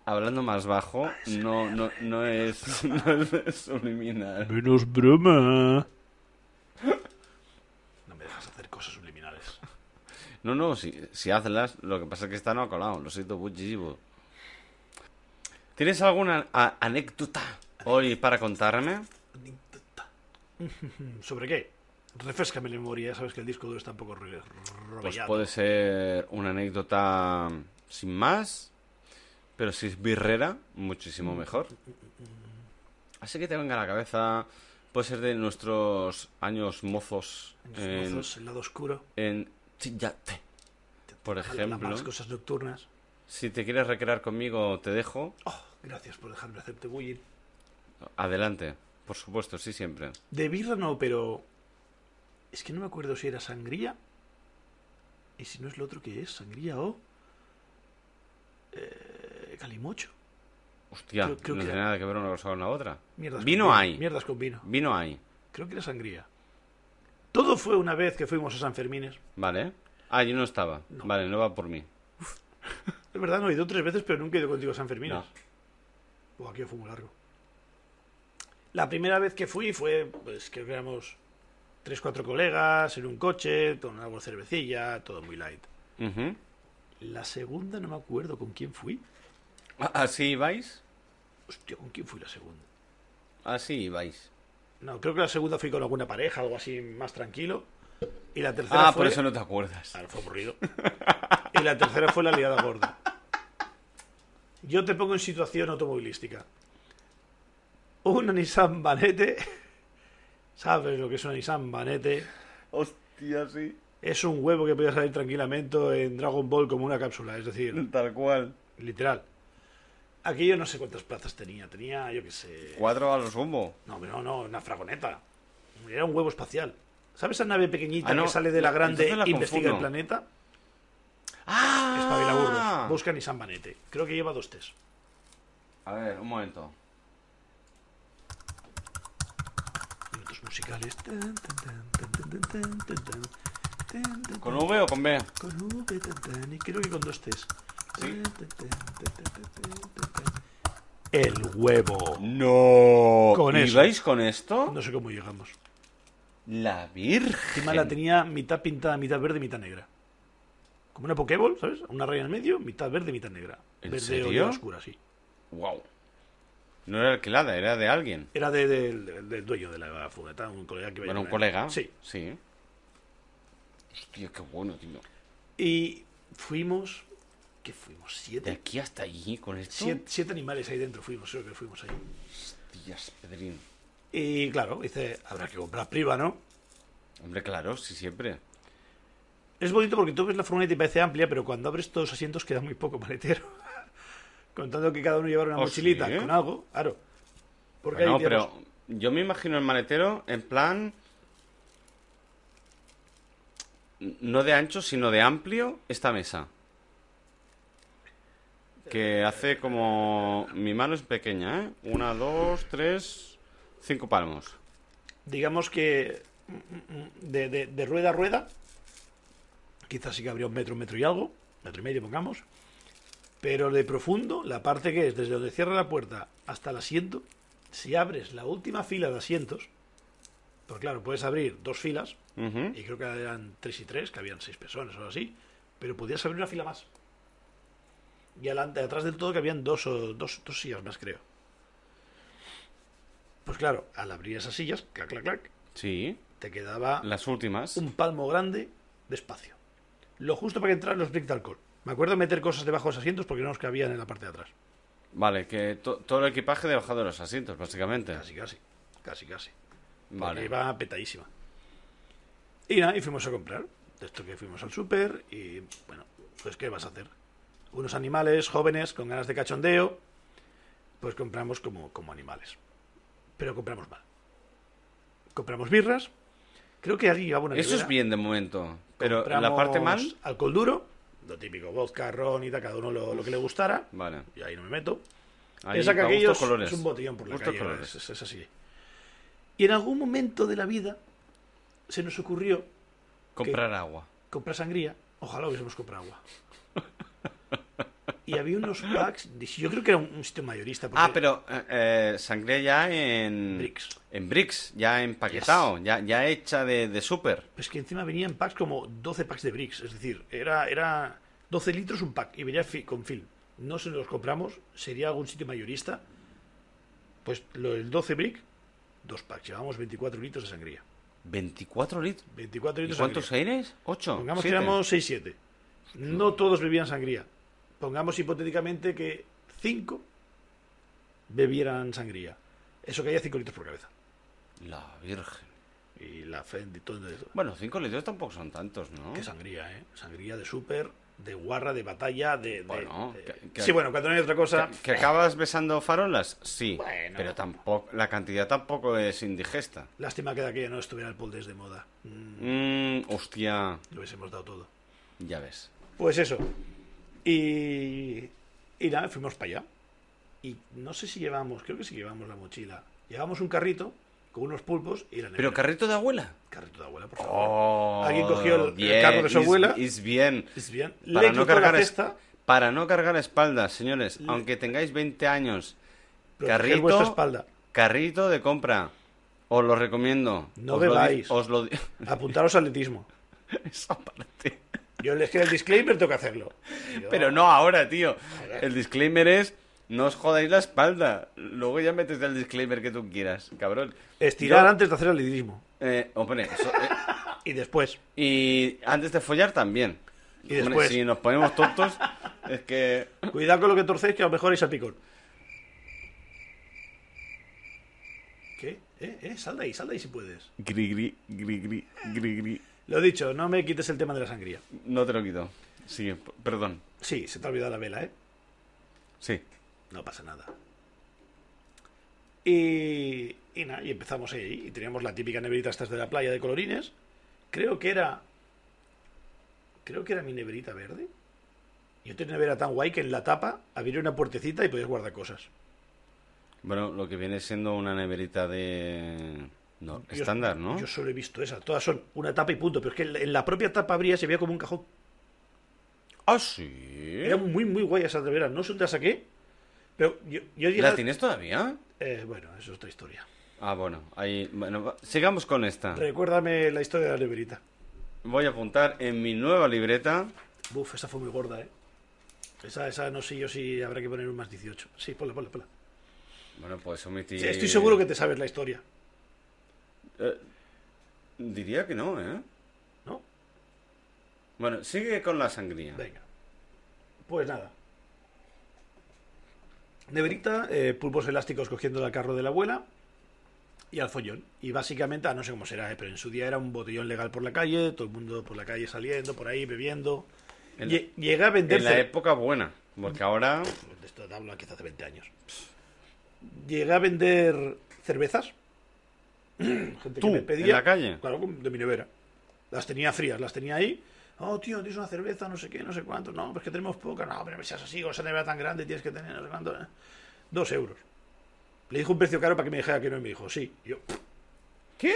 Speaker 1: Hablando más bajo, no, no, no es, no es subliminal.
Speaker 2: Menos broma. No me dejas hacer cosas subliminales.
Speaker 1: No, no, si, si hazlas, lo que pasa es que está no ha colado, lo siento muchísimo. ¿Tienes alguna a- anécdota hoy para contarme?
Speaker 2: ¿Sobre qué? Refrescame la memoria, ya sabes que el disco duro está un poco re-
Speaker 1: Pues
Speaker 2: robillado.
Speaker 1: puede ser una anécdota sin más, pero si es birrera, muchísimo mejor. Así que te venga a la cabeza, puede ser de nuestros años mozos
Speaker 2: Años
Speaker 1: en,
Speaker 2: mozos, el lado oscuro.
Speaker 1: en Chillate. eh, Por
Speaker 2: Ojalá las
Speaker 1: ejemplo,
Speaker 2: malas cosas nocturnas.
Speaker 1: si te quieres recrear conmigo, te dejo.
Speaker 2: Oh, gracias por dejarme hacerte bullying.
Speaker 1: Adelante. Por supuesto, sí, siempre.
Speaker 2: De birra no, pero. Es que no me acuerdo si era sangría. Y si no es lo otro que es, sangría o. eh, calimocho.
Speaker 1: Hostia,
Speaker 2: Creo- creo
Speaker 1: no
Speaker 2: que
Speaker 1: tiene
Speaker 2: era-
Speaker 1: nada que ver una cosa con la otra.
Speaker 2: Mierdas con
Speaker 1: vino hay.
Speaker 2: Mierdas con vino.
Speaker 1: Vino hay.
Speaker 2: Creo que era sangría. Todo fue una vez que fuimos a San Fermines.
Speaker 1: Vale. Ah, yo no estaba. Vale, no va por mí.
Speaker 2: Es verdad, no he ido tres veces, pero nunca he ido contigo a San Fermines.
Speaker 1: No.
Speaker 2: Buah, aquello fue muy largo. La primera vez que fui fue, pues creo que éramos tres, cuatro colegas, en un coche, con algo de cervecilla, todo muy light.
Speaker 1: Ujú.
Speaker 2: La segunda no me acuerdo con quién fui.
Speaker 1: Ah, ¿Así vais?
Speaker 2: Hostia, ¿con quién fui la segunda?
Speaker 1: Así vais.
Speaker 2: No, creo que la segunda fui con alguna pareja, algo así más tranquilo. Y la tercera
Speaker 1: Ah,
Speaker 2: fue...
Speaker 1: por eso no te acuerdas.
Speaker 2: Claro, fue aburrido. y la tercera fue la liada gorda. Yo te pongo en situación automovilística. Una Nissan Vanette. ¿Sabes lo que es una Nissan Vanette?
Speaker 1: Hostia, sí.
Speaker 2: Es un huevo que podía salir tranquilamente en Dragon Ball como una cápsula, es decir,
Speaker 1: Tal cual.
Speaker 2: literal. Aquello no sé cuántas plazas tenía, tenía, yo qué sé.
Speaker 1: Cuatro a los humbo.
Speaker 2: No, hombre, no, no, una fragoneta. Era un huevo espacial. ¿Sabes esa nave pequeñita
Speaker 1: Ah, no,
Speaker 2: que sale de la grande
Speaker 1: entonces la
Speaker 2: e investiga el
Speaker 1: confundo.
Speaker 2: planeta?
Speaker 1: ¡Ah!
Speaker 2: Espabila burros. Busca Nissan Vanette. Creo que lleva dos test.
Speaker 1: A ver, un momento.
Speaker 2: Minutos musicales. Tan, tan, tan, tan, tan, tan, tan, tan, tan. Tan, tan,
Speaker 1: ¿Con V o con B?
Speaker 2: con V, tan, tan, y creo que con dos test.
Speaker 1: Sí.
Speaker 2: El huevo.
Speaker 1: No.
Speaker 2: Con
Speaker 1: ¿Y
Speaker 2: eso.
Speaker 1: vais con esto?
Speaker 2: No sé cómo llegamos.
Speaker 1: La
Speaker 2: Encima
Speaker 1: Virgen.
Speaker 2: la tenía mitad pintada, mitad verde, mitad negra. Como una Pokéball, ¿sabes? Una raya en el medio, mitad verde, mitad negra.
Speaker 1: ¿En
Speaker 2: verde
Speaker 1: serio?
Speaker 2: olla oscura, sí.
Speaker 1: Wow. No era alquilada, era de alguien.
Speaker 2: Era de- del, del- del dueño de la furgoneta, un colega que venía.
Speaker 1: Bueno, un colega.
Speaker 2: Sí.
Speaker 1: Sí. Hostia, qué bueno, tío.
Speaker 2: Y fuimos. ¿Qué fuimos?
Speaker 1: De
Speaker 2: ¿Siete?
Speaker 1: aquí hasta allí con esto.
Speaker 2: Siete, siete animales ahí dentro fuimos, creo que fuimos ahí.
Speaker 1: Hostias, Pedrín.
Speaker 2: Y claro, dice, habrá que comprar priva, ¿no?
Speaker 1: Hombre, claro, sí, siempre.
Speaker 2: Es bonito porque tú ves la furgoneta y parece amplia, pero cuando abres todos los asientos queda muy poco maletero. Contando que cada uno llevara una
Speaker 1: Oh,
Speaker 2: mochilita
Speaker 1: sí, ¿eh?
Speaker 2: con algo, claro. Porque
Speaker 1: Bueno,
Speaker 2: ahí, digamos,
Speaker 1: Pues pero yo me imagino el maletero en plan. No de ancho, sino de amplio, esta mesa. Que hace como. Mi mano es pequeña, ¿eh? Una, dos, tres, cinco palmos.
Speaker 2: digamos que mm, mm, de, de- de rueda a rueda, quizás sí que habría un metro, un metro y algo, metro y medio pongamos, pero de profundo, la parte que es desde donde cierra la puerta hasta el asiento, si abres la última fila de asientos, pues claro, puedes abrir dos filas,
Speaker 1: Ujú.
Speaker 2: y creo que eran tres y tres, que habían seis personas o algo así, pero podías abrir una fila más. Y adelante, atrás del todo que habían dos, o, dos, dos sillas más, creo. Pues claro, al abrir esas sillas, clac, clac, clac,
Speaker 1: Sí,
Speaker 2: te quedaba
Speaker 1: las últimas.
Speaker 2: un palmo grande de espacio. Lo justo para que entraran los bricks de alcohol. Me acuerdo de meter cosas debajo de los asientos porque no nos cabían en la parte de atrás.
Speaker 1: Vale, que to- todo el equipaje debajo de los asientos, básicamente.
Speaker 2: Casi, casi. Casi, casi. Porque
Speaker 1: Vale.
Speaker 2: iba petadísima. Y nada, y fuimos a comprar. De esto que fuimos al súper y bueno, pues ¿qué vas a hacer? Unos animales jóvenes con ganas de cachondeo, pues compramos como, como animales. Pero compramos mal. Compramos birras. Creo que alguien llevaba una
Speaker 1: Eso es
Speaker 2: nevera.
Speaker 1: bien de momento. Pero la
Speaker 2: Compramos
Speaker 1: parte mal.
Speaker 2: Alcohol duro, lo típico, vodka, ron y tal, cada uno lo, lo que le gustara.
Speaker 1: Vale.
Speaker 2: Y ahí no me meto.
Speaker 1: Ahí,
Speaker 2: Esa que
Speaker 1: pa'
Speaker 2: aquello
Speaker 1: gustos,
Speaker 2: es-
Speaker 1: colores.
Speaker 2: es un botellón por la
Speaker 1: Gustos,
Speaker 2: calle,
Speaker 1: colores.
Speaker 2: es, es así. Y en algún momento de la vida se nos ocurrió
Speaker 1: Comprar agua.
Speaker 2: comprar sangría. Ojalá hubiésemos comprado agua. Y había unos packs, de- yo creo que era un, un sitio mayorista. porque-
Speaker 1: Ah, pero eh, eh, sangría ya en.
Speaker 2: Bricks.
Speaker 1: En bricks, ya empaquetado, ya, ya hecha de, de súper.
Speaker 2: Es que encima venían packs como 12 packs de bricks, es decir, era, era 12 litros un pack y venía fi- con film. No se los compramos, sería algún sitio mayorista. Pues lo del 12 brick, dos packs, llevamos 24 litros de sangría.
Speaker 1: 24 litros.
Speaker 2: 24
Speaker 1: ¿Y
Speaker 2: litros de
Speaker 1: cuántos
Speaker 2: sangría.
Speaker 1: aires? ¿8?
Speaker 2: Pongamos que éramos 6-7. No todos bebían sangría. Pongamos hipotéticamente que 5 bebieran sangría. Eso que haya 5 litros por cabeza.
Speaker 1: La virgen.
Speaker 2: Y la frente y todo eso.
Speaker 1: Bueno, 5 litros tampoco son tantos, ¿no?
Speaker 2: Qué sangría, ¿eh? Sangría de súper. de guarra, de batalla, de... de-
Speaker 1: Bueno,
Speaker 2: de-
Speaker 1: que- que-
Speaker 2: sí, bueno, cuando no hay otra cosa...
Speaker 1: ¿Que acabas besando farolas? Sí.
Speaker 2: Bueno.
Speaker 1: Pero tampoco, la cantidad tampoco es indigesta.
Speaker 2: Lástima que de aquella no estuviera el poldes de moda. Mm,
Speaker 1: Mm, hostia,
Speaker 2: Lo hubiésemos dado todo.
Speaker 1: ya ves.
Speaker 2: Pues eso. Y, y nada, fuimos para allá. Y no sé si llevamos, creo que sí llevamos la mochila. Llevamos un carrito con unos pulpos y la
Speaker 1: ¿Pero
Speaker 2: nevera.
Speaker 1: carrito de abuela?
Speaker 2: carrito de abuela, por favor.
Speaker 1: Oh,
Speaker 2: Alguien cogió el- el
Speaker 1: bien,
Speaker 2: carro de su
Speaker 1: is-
Speaker 2: abuela.
Speaker 1: is bien.
Speaker 2: Es bien.
Speaker 1: Para no
Speaker 2: Le quitó la
Speaker 1: cargar es-
Speaker 2: cesta.
Speaker 1: Para no cargar espaldas, señores. Aunque tengáis 20 años,
Speaker 2: proteger
Speaker 1: Carrito.
Speaker 2: vuestra espalda.
Speaker 1: carrito de compra. Os lo recomiendo.
Speaker 2: No
Speaker 1: os lo di-
Speaker 2: bebáis.
Speaker 1: Os lo di-
Speaker 2: Apuntaros al atletismo.
Speaker 1: Esa parte.
Speaker 2: Yo les queda el disclaimer, tengo que hacerlo. Yo-
Speaker 1: Pero no ahora, tío. El disclaimer es. No os jodáis la espalda. Luego ya metes el disclaimer que tú quieras, cabrón.
Speaker 2: Estirar
Speaker 1: Yo-
Speaker 2: antes de hacer atletismo.
Speaker 1: eh, hombre, eso- eh,
Speaker 2: Y después.
Speaker 1: y antes de follar también. Hombre,
Speaker 2: Y después.
Speaker 1: si nos ponemos tontos, es que.
Speaker 2: Cuidado con lo que torcéis, que a lo mejor es salpicón. ¿Qué? ¿Eh? ¿Eh? Sal de ahí, sal de ahí si puedes.
Speaker 1: Gri, gri, gri, gri, gri, gri.
Speaker 2: Lo dicho, no me quites el tema de la sangría.
Speaker 1: No te lo quito. Sigue, p- perdón.
Speaker 2: Sí, se te ha olvidado la vela, ¿eh?
Speaker 1: Sí.
Speaker 2: No pasa nada. Y, y nada, y empezamos ahí. Y teníamos la típica neverita estas de la playa de colorines. Creo que era. Creo que era mi neverita verde. Yo tenía una nevera tan guay que en la tapa había una puertecita y podías guardar cosas.
Speaker 1: Bueno, lo que viene siendo una neverita de. No,
Speaker 2: Yo-
Speaker 1: estándar, ¿no?
Speaker 2: Yo solo he visto esa. Todas son una tapa y punto. Pero es que en la- en la propia tapa abría se veía como un cajón.
Speaker 1: Ah, sí.
Speaker 2: Era muy, muy guay esa nevera. No sé dónde la saqué. Pero yo, yo llegué
Speaker 1: ¿La
Speaker 2: a-
Speaker 1: tienes todavía?
Speaker 2: Eh, bueno, eso es otra historia.
Speaker 1: Ah, bueno, ahí. Bueno, va- sigamos con esta.
Speaker 2: Recuérdame la historia de la neverita.
Speaker 1: Voy a apuntar en mi nueva libreta.
Speaker 2: Buf, esa fue muy gorda, ¿eh? Esa, esa no sé yo si habrá que poner un más 18. Sí, ponla, ponla, ponla.
Speaker 1: Bueno, pues omitir.
Speaker 2: Sí, Estoy seguro que te sabes la historia,
Speaker 1: Eh, diría que no, ¿eh?
Speaker 2: ¿no?
Speaker 1: Bueno, sigue con la sangría.
Speaker 2: Venga. Pues nada. Neverita, eh, pulpos elásticos cogiendo el carro de la abuela y al follón. Y básicamente, ah, no sé cómo será, ¿eh? pero en su día era un botellón legal por la calle, todo el mundo por la calle saliendo, por ahí bebiendo.
Speaker 1: En
Speaker 2: Lle- Llegué a vender
Speaker 1: En la época buena. Porque ahora.
Speaker 2: de esto te hablo quizás hace 20 años. Llegué a vender cervezas. Gente
Speaker 1: ¿Tú?
Speaker 2: que me pedía.
Speaker 1: ¿En la calle?
Speaker 2: Claro, de mi nevera. Las tenía frías, las tenía ahí. Oh, tío, tienes una cerveza, no sé qué, no sé cuánto. No, pues que tenemos poca. No, pero me seas así, con esa nevera tan grande tienes que tener, no sé cuánto. ¿eh? Dos euros. Le dijo un precio caro para que me dijera que no y me dijo, sí. Yo
Speaker 1: ¿Qué?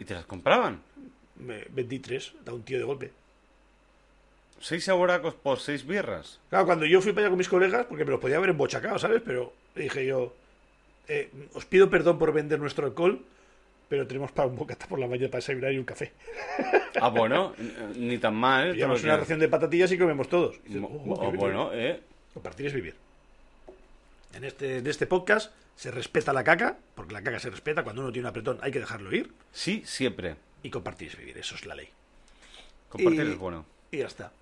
Speaker 1: ¿Y te las compraban?
Speaker 2: me vendí tres, da un tío de golpe.
Speaker 1: Seis saboracos por seis birras.
Speaker 2: Claro, cuando yo fui para allá con mis colegas, porque me los podía haber embochacado, ¿sabes? Pero dije yo, eh, os pido perdón por vender nuestro alcohol, pero tenemos para un bocata por la mañana para desayunar y un café.
Speaker 1: Ah, bueno, n- ni tan mal. te lo
Speaker 2: Llevamos una
Speaker 1: quiero-
Speaker 2: ración de patatillas y comemos todos. Y dices,
Speaker 1: Mo-
Speaker 2: "Oh, qué
Speaker 1: o
Speaker 2: bien".
Speaker 1: bueno, eh.
Speaker 2: Compartir es vivir. En este, en este podcast se respeta la caca, porque la caca se respeta. Cuando uno tiene un apretón hay que dejarlo ir.
Speaker 1: Sí, siempre.
Speaker 2: Y compartir es vivir, eso es la ley.
Speaker 1: Compartir
Speaker 2: Y-
Speaker 1: es bueno.
Speaker 2: Y ya está.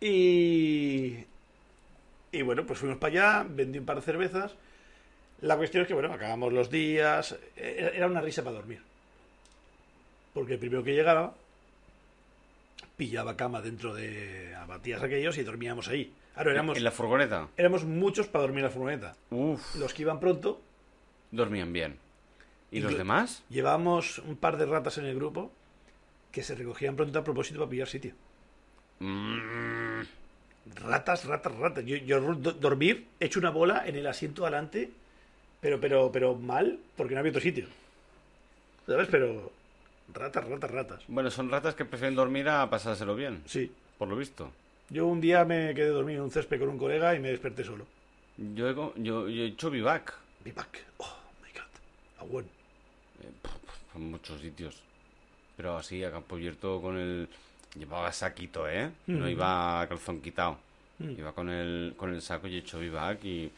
Speaker 2: Y. Y bueno, pues fuimos para allá, vendí un par de cervezas. La cuestión es que, bueno, acabamos los días. Era era una risa para dormir. Porque el primero que llegaba, pillaba cama dentro de abatías aquellos y dormíamos ahí. Ahora éramos,
Speaker 1: En la furgoneta.
Speaker 2: éramos muchos para dormir en la furgoneta.
Speaker 1: Uf,
Speaker 2: Los que iban pronto,
Speaker 1: dormían bien. ¿Y los
Speaker 2: Yo-
Speaker 1: demás?
Speaker 2: llevábamos un par de ratas en el grupo que se recogían pronto a propósito para pillar sitio.
Speaker 1: Mm,
Speaker 2: Ratas, ratas, ratas. Yo, yo do- dormir, hecho una bola en el asiento adelante, pero, pero, pero mal, porque no había otro sitio. ¿Sabes? Pero. Ratas, ratas, ratas.
Speaker 1: Bueno, son ratas que prefieren dormir a pasárselo bien,
Speaker 2: Sí.
Speaker 1: por lo visto.
Speaker 2: Yo un día me quedé dormido en un césped con un colega y me desperté solo.
Speaker 1: Yo he, co- yo, yo he hecho vivac
Speaker 2: Be back. Oh my god. Aguón.
Speaker 1: eh, en muchos sitios. Pero así, a campo abierto con el... Llevaba saquito, ¿eh? No
Speaker 2: Mm.
Speaker 1: iba a calzón quitado.
Speaker 2: Mm.
Speaker 1: Iba con el, con el saco y he hecho vivac y...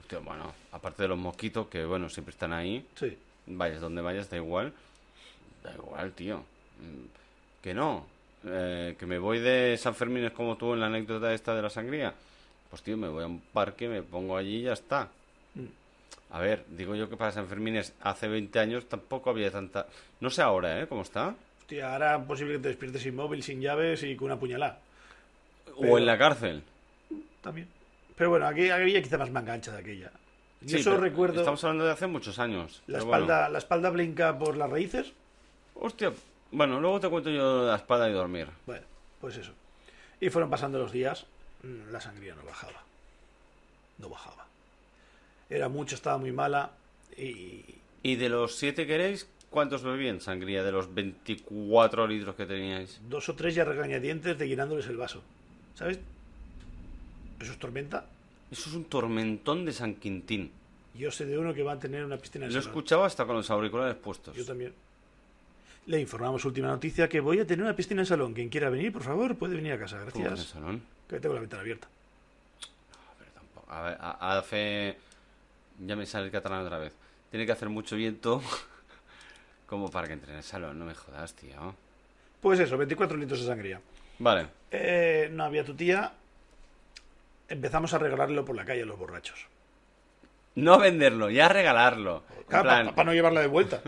Speaker 1: hostia, bueno, aparte de los mosquitos, que bueno, siempre están ahí.
Speaker 2: Sí.
Speaker 1: Vayas donde vayas, da igual. Da igual, tío. Mm, Que no. Eh, que me voy de San Fermín es como tú en la anécdota esta de la sangría. Pues tío, me voy a un parque, me pongo allí y ya está.
Speaker 2: Mm.
Speaker 1: A ver, digo yo que para San Fermín es hace 20 años tampoco había tanta... No sé ahora, ¿eh? ¿Cómo está?
Speaker 2: Hostia, ahora posible que te despiertes inmóvil, sin llaves y con una puñalada.
Speaker 1: O en la cárcel.
Speaker 2: También. Pero bueno, aquí había quizá más mangancha de aquella. Yo
Speaker 1: Sí,
Speaker 2: solo
Speaker 1: pero
Speaker 2: recuerdo
Speaker 1: Estamos hablando de hace muchos años.
Speaker 2: la,
Speaker 1: pero bueno.
Speaker 2: espalda, la espalda blinca por las raíces.
Speaker 1: Hostia. Bueno, luego te cuento yo la espada y dormir.
Speaker 2: Bueno, pues eso. Y fueron pasando los días, mm, la sangría no bajaba. No bajaba. Era mucho, estaba muy mala. Y
Speaker 1: ¿Y de los siete queréis, cuántos bebían sangría de los 24 litros que teníais?
Speaker 2: dos o tres ya regañadientes de llenándoles el vaso. ¿Sabes? Eso es tormenta.
Speaker 1: Eso es un tormentón de San Quintín.
Speaker 2: Yo sé de uno que va a tener una piscina en
Speaker 1: Lo
Speaker 2: el
Speaker 1: he
Speaker 2: salón.
Speaker 1: escuchado hasta con los auriculares puestos.
Speaker 2: Yo también. Pues Le informamos última noticia que voy a tener una piscina en el salón. Quien quiera venir, por favor, puede venir a casa.
Speaker 1: ¿Cómo es el
Speaker 2: Gracias.
Speaker 1: salón?
Speaker 2: Que tengo la ventana abierta.
Speaker 1: Pero tampoco. A ver, a- hace. Ya me sale el catalán otra vez. Tiene que hacer mucho viento. Como para que entre en el salón, no me jodas, tío.
Speaker 2: Pues eso, 24 litros de sangría.
Speaker 1: Vale.
Speaker 2: Eh, no había tu tía. Empezamos a regalarlo por la calle a los borrachos.
Speaker 1: No venderlo, ya regalarlo. En plan,
Speaker 2: Para no llevarla de vuelta.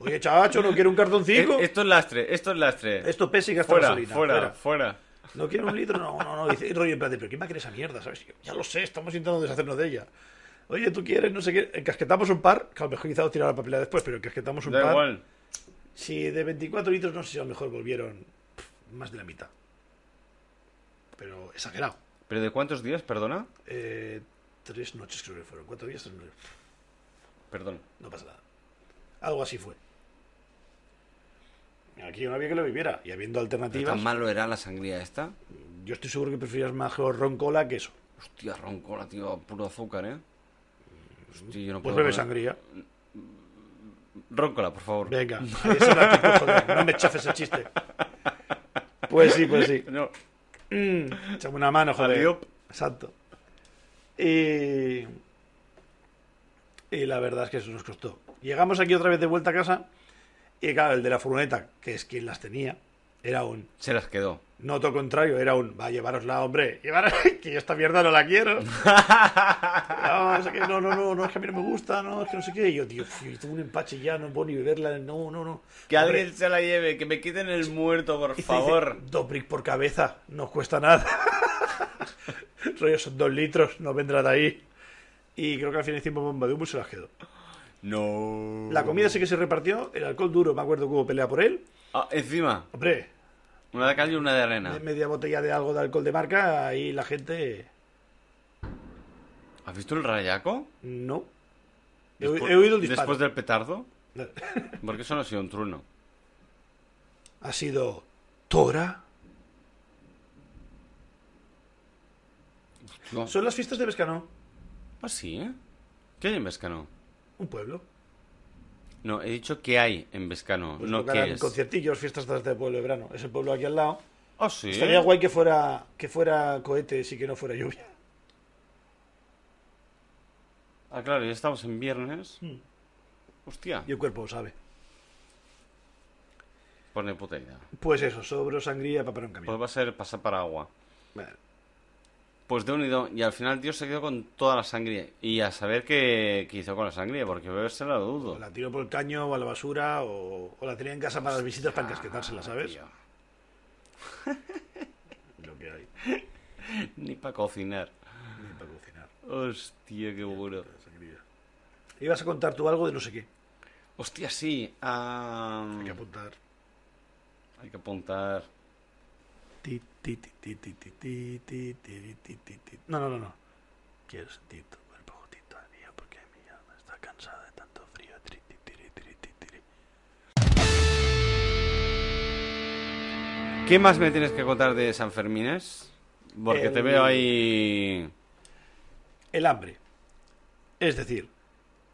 Speaker 2: Oye, chacho, no quiero un cartoncito.
Speaker 1: "Eh, esto es lastre, esto es lastre.
Speaker 2: Esto pesa y gasta
Speaker 1: fuera,
Speaker 2: gasolina.
Speaker 1: fuera,
Speaker 2: fuera.
Speaker 1: fuera,
Speaker 2: No quiero un litro, no, no, no. Dice, y rollo en plan de, pero ¿quién va a querer esa mierda? ¿Sabes? Yo, ya lo sé, estamos intentando deshacernos de ella. Oye, tú quieres, no sé qué. Encasquetamos un par, que a lo mejor quizá os tirar la papelera después, pero encasquetamos un
Speaker 1: Da
Speaker 2: par.
Speaker 1: igual.
Speaker 2: Si de 24 litros, no sé si a lo mejor volvieron pff, más de la mitad. Pero exagerado.
Speaker 1: ¿Pero de cuántos días, perdona?
Speaker 2: Eh, tres noches creo que fueron, cuatro días, tres noches.
Speaker 1: Perdón.
Speaker 2: No pasa nada. Algo así fue. Aquí no había que lo viviera. Y habiendo
Speaker 1: ¿Pero
Speaker 2: alternativas,
Speaker 1: ¿Tan malo era la sangría esta?
Speaker 2: yo estoy seguro que preferías mejor roncola que eso.
Speaker 1: Hostia, roncola, tío, puro azúcar, ¿eh? Hostia, yo no
Speaker 2: Pues
Speaker 1: puedo
Speaker 2: bebe
Speaker 1: con-
Speaker 2: sangría.
Speaker 1: Roncola, por favor.
Speaker 2: Venga, ahí se la quito, joder, no me chafes el chiste. Pues sí, pues sí.
Speaker 1: No,
Speaker 2: Mm, échame una mano, joder.
Speaker 1: Adiós.
Speaker 2: Exacto. Y... y la verdad es que eso nos costó. Llegamos aquí otra vez de vuelta a casa y claro, el de la furgoneta, que es quien las tenía, era un...
Speaker 1: se las quedó.
Speaker 2: No todo contrario, era un... Va, llevarosla, hombre. Llevaros... que yo esta mierda no la quiero. No, es que no, no, no, no, es que a mí no me gusta, no, es que no sé qué. Y yo, tío, yo tengo un empache ya, no puedo ni beberla, no, no, no.
Speaker 1: Que
Speaker 2: Hombre,
Speaker 1: alguien se la lleve, que me quiten el muerto, por
Speaker 2: Dice,
Speaker 1: favor.
Speaker 2: dice, dos brick por cabeza, no os cuesta nada. Rollo, son dos litros, no vendrá de ahí. Y creo que al final hicimos bomba de humo y se las quedó.
Speaker 1: No.
Speaker 2: La comida sí que se repartió, el alcohol duro, me acuerdo que hubo pelea por él.
Speaker 1: Ah, encima,
Speaker 2: Hombre,
Speaker 1: una de cal y una de arena.
Speaker 2: me- media botella de algo de alcohol de marca, ahí la gente.
Speaker 1: ¿Has visto el rayaco?
Speaker 2: No. He,
Speaker 1: Despu-
Speaker 2: he oído el disparo.
Speaker 1: Después del petardo. Porque eso no ha sido un trueno.
Speaker 2: Ha sido. Tora.
Speaker 1: No.
Speaker 2: Son las fiestas de Vescano,
Speaker 1: Ah, sí, ¿eh? ¿Qué hay en Vescano?
Speaker 2: un pueblo.
Speaker 1: No, he dicho que hay en Vescano,
Speaker 2: Pues
Speaker 1: no
Speaker 2: tocarán
Speaker 1: que es.
Speaker 2: conciertillos, fiestas de este pueblo de verano. Es el pueblo aquí al lado.
Speaker 1: Ah, sí.
Speaker 2: Estaría guay que fuera, que fuera cohetes y que no fuera lluvia.
Speaker 1: Ah, claro, ya estamos en viernes.
Speaker 2: Hmm.
Speaker 1: Hostia,
Speaker 2: Y el cuerpo lo sabe.
Speaker 1: pone puta idea.
Speaker 2: Pues eso, sobro, sangría, papel en camión.
Speaker 1: Pues va a ser pasar para agua.
Speaker 2: Vale.
Speaker 1: Pues de unido, y al final, tío, se quedó con toda la sangría. Y a saber qué, qué hizo con la sangría, porque beberse la dudo.
Speaker 2: O la tiro por el caño o a la basura o, o la tenía en casa para las visitas para encasquetársela, ¿sabes?
Speaker 1: Ah, Tío,
Speaker 2: Lo que hay.
Speaker 1: Ni para cocinar.
Speaker 2: Ni para cocinar.
Speaker 1: Hostia, qué bueno.
Speaker 2: la sangría. Ibas a contar tú algo de no sé qué.
Speaker 1: Hostia, sí. ah,
Speaker 2: Hay que apuntar.
Speaker 1: hay que apuntar.
Speaker 2: Ti, ti, ti, ti, ti, ti, ti, ti, ti, ti, ti, ti. No, no, no, no. Quiero sentir tu cuerpo juntito al mío porque mi alma está cansada de tanto frío. Tri, ti, tiri, tiri, ti, tiri.
Speaker 1: ¿Qué más me tienes que contar de San Fermines? Porque te
Speaker 2: El-
Speaker 1: veo ahí.
Speaker 2: El hambre. Es decir,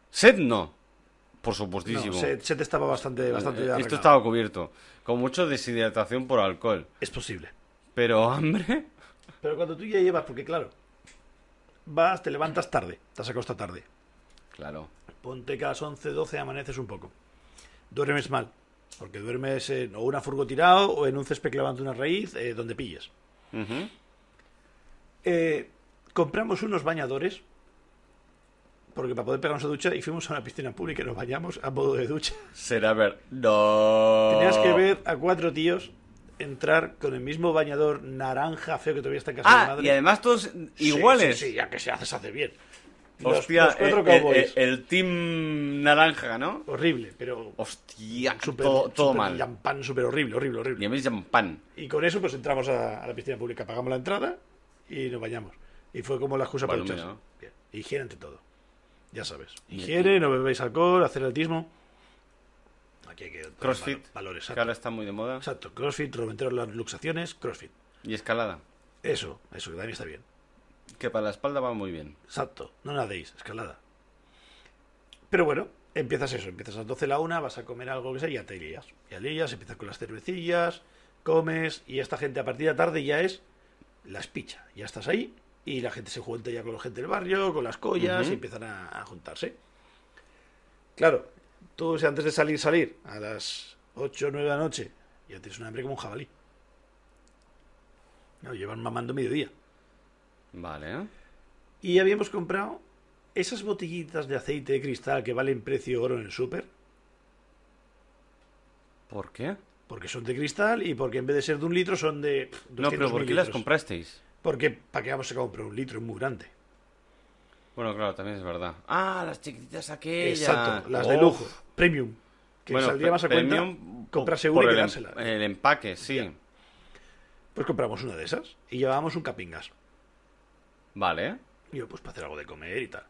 Speaker 1: Sed no. Por
Speaker 2: no,
Speaker 1: supuestísimo.
Speaker 2: se, se te estaba bastante, bastante
Speaker 1: Eh,
Speaker 2: ya
Speaker 1: Esto
Speaker 2: arreglado.
Speaker 1: estaba cubierto. Con mucho deshidratación por alcohol.
Speaker 2: Es posible.
Speaker 1: Pero hambre.
Speaker 2: Pero cuando tú ya llevas, porque claro, vas, te levantas tarde, te has acostado tarde.
Speaker 1: Claro.
Speaker 2: Ponte que a las 11, 12 amaneces un poco. Duermes mal, porque duermes en o una furgo tirado o en un césped clavando una raíz, eh, donde pilles.
Speaker 1: Ujú.
Speaker 2: Eh, compramos unos bañadores, porque para poder pegarnos a ducha, y fuimos a una piscina pública y nos bañamos a modo de ducha.
Speaker 1: Será ver. No.
Speaker 2: Tenías que ver a cuatro tíos entrar con el mismo bañador naranja feo que todavía está en casa de mi
Speaker 1: Ah,
Speaker 2: madre.
Speaker 1: y además todos
Speaker 2: Sí,
Speaker 1: iguales.
Speaker 2: Sí, sí, ya que se hace, se hace bien. Los-
Speaker 1: Hostia,
Speaker 2: los cuatro
Speaker 1: eh, eh,
Speaker 2: cowboys.
Speaker 1: eh, el team naranja, ¿no?
Speaker 2: Horrible, pero
Speaker 1: Hostia,
Speaker 2: súper
Speaker 1: todo, todo
Speaker 2: súper
Speaker 1: mal.
Speaker 2: champán, súper horrible, horrible, horrible.
Speaker 1: Y a mí champán.
Speaker 2: Y con eso pues entramos a, a la piscina pública, pagamos la entrada y nos bañamos. Y fue como la excusa
Speaker 1: Bueno,
Speaker 2: para ducharse.
Speaker 1: mira.
Speaker 2: Bien. Higiene ante todo. Ya sabes.
Speaker 1: Y-
Speaker 2: Higiene, no bebéis alcohol, hacer atletismo. Aquí hay que... tener
Speaker 1: Crossfit,
Speaker 2: valo- Valores,
Speaker 1: que ahora
Speaker 2: exacto.
Speaker 1: está muy de moda.
Speaker 2: Exacto, crossfit, romper las luxaciones, crossfit.
Speaker 1: Y escalada,
Speaker 2: Eso, eso, que también está bien.
Speaker 1: que para la espalda va muy bien.
Speaker 2: Exacto, no nadéis, escalada. Pero bueno, empiezas eso, empiezas a las 12 la una, vas a comer algo que sea y ya te lías. Ya lías, empiezas con las cervecillas, comes y esta gente a partir de la tarde ya es las picha, ya estás ahí y la gente se junta ya con la gente del barrio, con las collas
Speaker 1: Ujú.
Speaker 2: y empiezan a, a juntarse. Claro, tú si antes de salir, salir a las 8 o 9 de la noche, ya tienes un hambre como un jabalí. No, llevan mamando mediodía.
Speaker 1: Vale, ¿eh?
Speaker 2: Y habíamos comprado esas botellitas de aceite de cristal que valen precio oro en el súper,
Speaker 1: ¿Por qué?
Speaker 2: porque son de cristal y porque en vez de ser de un litro son de. pff,
Speaker 1: No,
Speaker 2: 200
Speaker 1: pero ¿por qué las
Speaker 2: mililitros.
Speaker 1: comprasteis?
Speaker 2: Porque para qué vamos a comprar un litro es muy grande.
Speaker 1: Bueno, claro, también es verdad. Ah, las chiquititas aquellas.
Speaker 2: Exacto, las de
Speaker 1: Uf.
Speaker 2: lujo, premium. Que
Speaker 1: Bueno,
Speaker 2: saldría más a
Speaker 1: pre-
Speaker 2: cuenta
Speaker 1: premium
Speaker 2: comprarse
Speaker 1: por
Speaker 2: una y
Speaker 1: el em-
Speaker 2: quedársela.
Speaker 1: El empaque, sí.
Speaker 2: Pues compramos una de esas y llevábamos un capingas.
Speaker 1: Vale.
Speaker 2: Y yo, pues para hacer algo de comer y tal.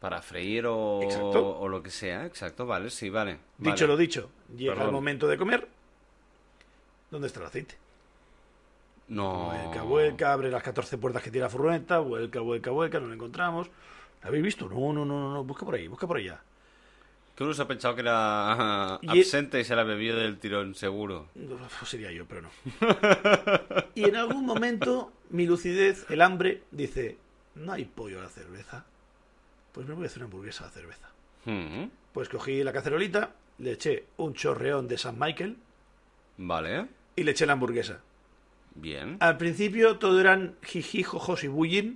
Speaker 1: Para freír o,
Speaker 2: Exacto.
Speaker 1: o lo que sea, exacto, vale, sí, vale.
Speaker 2: Dicho lo
Speaker 1: vale.
Speaker 2: dicho, llega el
Speaker 1: Perdón.
Speaker 2: momento de comer. ¿Dónde está el aceite?
Speaker 1: No.
Speaker 2: Vuelca, vuelca, abre las 14 puertas que tiene la furgoneta, vuelca, vuelca, vuelca, no lo encontramos. ¿La habéis visto? No, no, no, no, no, busca por ahí, busca por allá.
Speaker 1: Que uno se ha pensado que era
Speaker 2: Y-
Speaker 1: absente y se la bebió del tirón, seguro.
Speaker 2: Uf, Sería yo, pero no. Y en algún momento, mi lucidez, el hambre, dice, no hay pollo a la cerveza. Pues me voy a hacer una hamburguesa a la cerveza.
Speaker 1: Hmm,
Speaker 2: Pues cogí la cacerolita, le eché un chorreón de San Michael
Speaker 1: Vale,
Speaker 2: y le eché la hamburguesa.
Speaker 1: bien.
Speaker 2: Al principio todo eran jiji, jojos y bullying.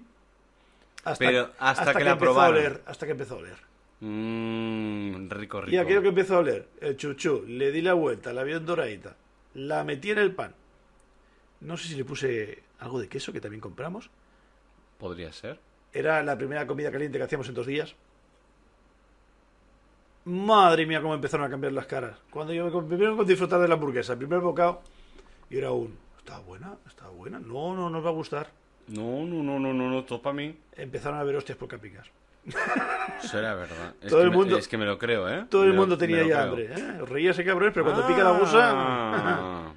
Speaker 2: Hasta,
Speaker 1: Pero hasta que la
Speaker 2: empezó a
Speaker 1: probaron.
Speaker 2: oler, hasta que empezó a oler.
Speaker 1: Mm, rico, rico.
Speaker 2: Y aquello que empezó a oler, el chuchú, le di la vuelta, la vi en doradita, la metí en el pan. No sé si le puse algo de queso que también compramos.
Speaker 1: Podría ser.
Speaker 2: Era la primera comida caliente que hacíamos en dos días. Madre mía, cómo empezaron a cambiar las caras. Cuando yo me com- primero con disfrutar de la hamburguesa, el primer bocado, y era un, está buena, está buena, no, no, nos va a gustar.
Speaker 1: No, no, no, no, no, no, topa a mí.
Speaker 2: Empezaron a ver hostias por capicas.
Speaker 1: Será verdad. Es
Speaker 2: Todo
Speaker 1: que
Speaker 2: el
Speaker 1: me-
Speaker 2: mundo-
Speaker 1: es que me lo creo, ¿eh?
Speaker 2: Todo el
Speaker 1: Me lo-
Speaker 2: mundo tenía
Speaker 1: me lo
Speaker 2: ya
Speaker 1: creo.
Speaker 2: hambre. ¿eh? Os Reía ese cabrón, pero cuando pica la gusa...
Speaker 1: Ah.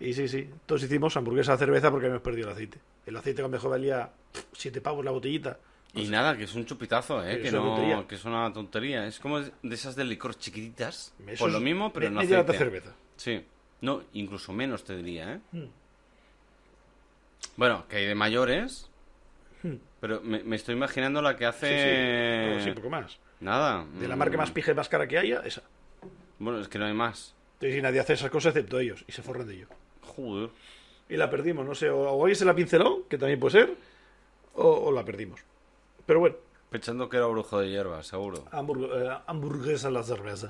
Speaker 2: Y sí, sí. Todos hicimos hamburguesa de cerveza porque hemos perdido el aceite. El aceite que a lo mejor valía 7 pavos la botellita.
Speaker 1: Y nada, que es un chupitazo, ¿eh?
Speaker 2: Que
Speaker 1: Que,
Speaker 2: es una tontería.
Speaker 1: no, que es una tontería. Es como de esas de licor chiquititas.
Speaker 2: Eso
Speaker 1: por
Speaker 2: es
Speaker 1: Pues lo mismo, pero
Speaker 2: me-
Speaker 1: no
Speaker 2: media lata
Speaker 1: aceite.
Speaker 2: de cerveza. Hmm.
Speaker 1: Sí. No, incluso menos te diría, ¿eh? Bueno, que hay de mayores. Pero me, me estoy imaginando la que
Speaker 2: Hmm. Sí, sí.
Speaker 1: hace...
Speaker 2: No, sí, poco más.
Speaker 1: Nada.
Speaker 2: De la
Speaker 1: mm,
Speaker 2: marca más pija y más cara que haya, esa.
Speaker 1: Bueno, es que no hay más.
Speaker 2: Entonces, si nadie hace esas cosas excepto ellos. Y se forran de ello.
Speaker 1: Joder.
Speaker 2: Y la perdimos, no sé. O o alguien se la pinceló, que también puede ser. O, o la perdimos. Pero bueno,
Speaker 1: Pensando que era brujo de hierba, seguro.
Speaker 2: hamburg- eh, hamburguesa a la cerveza.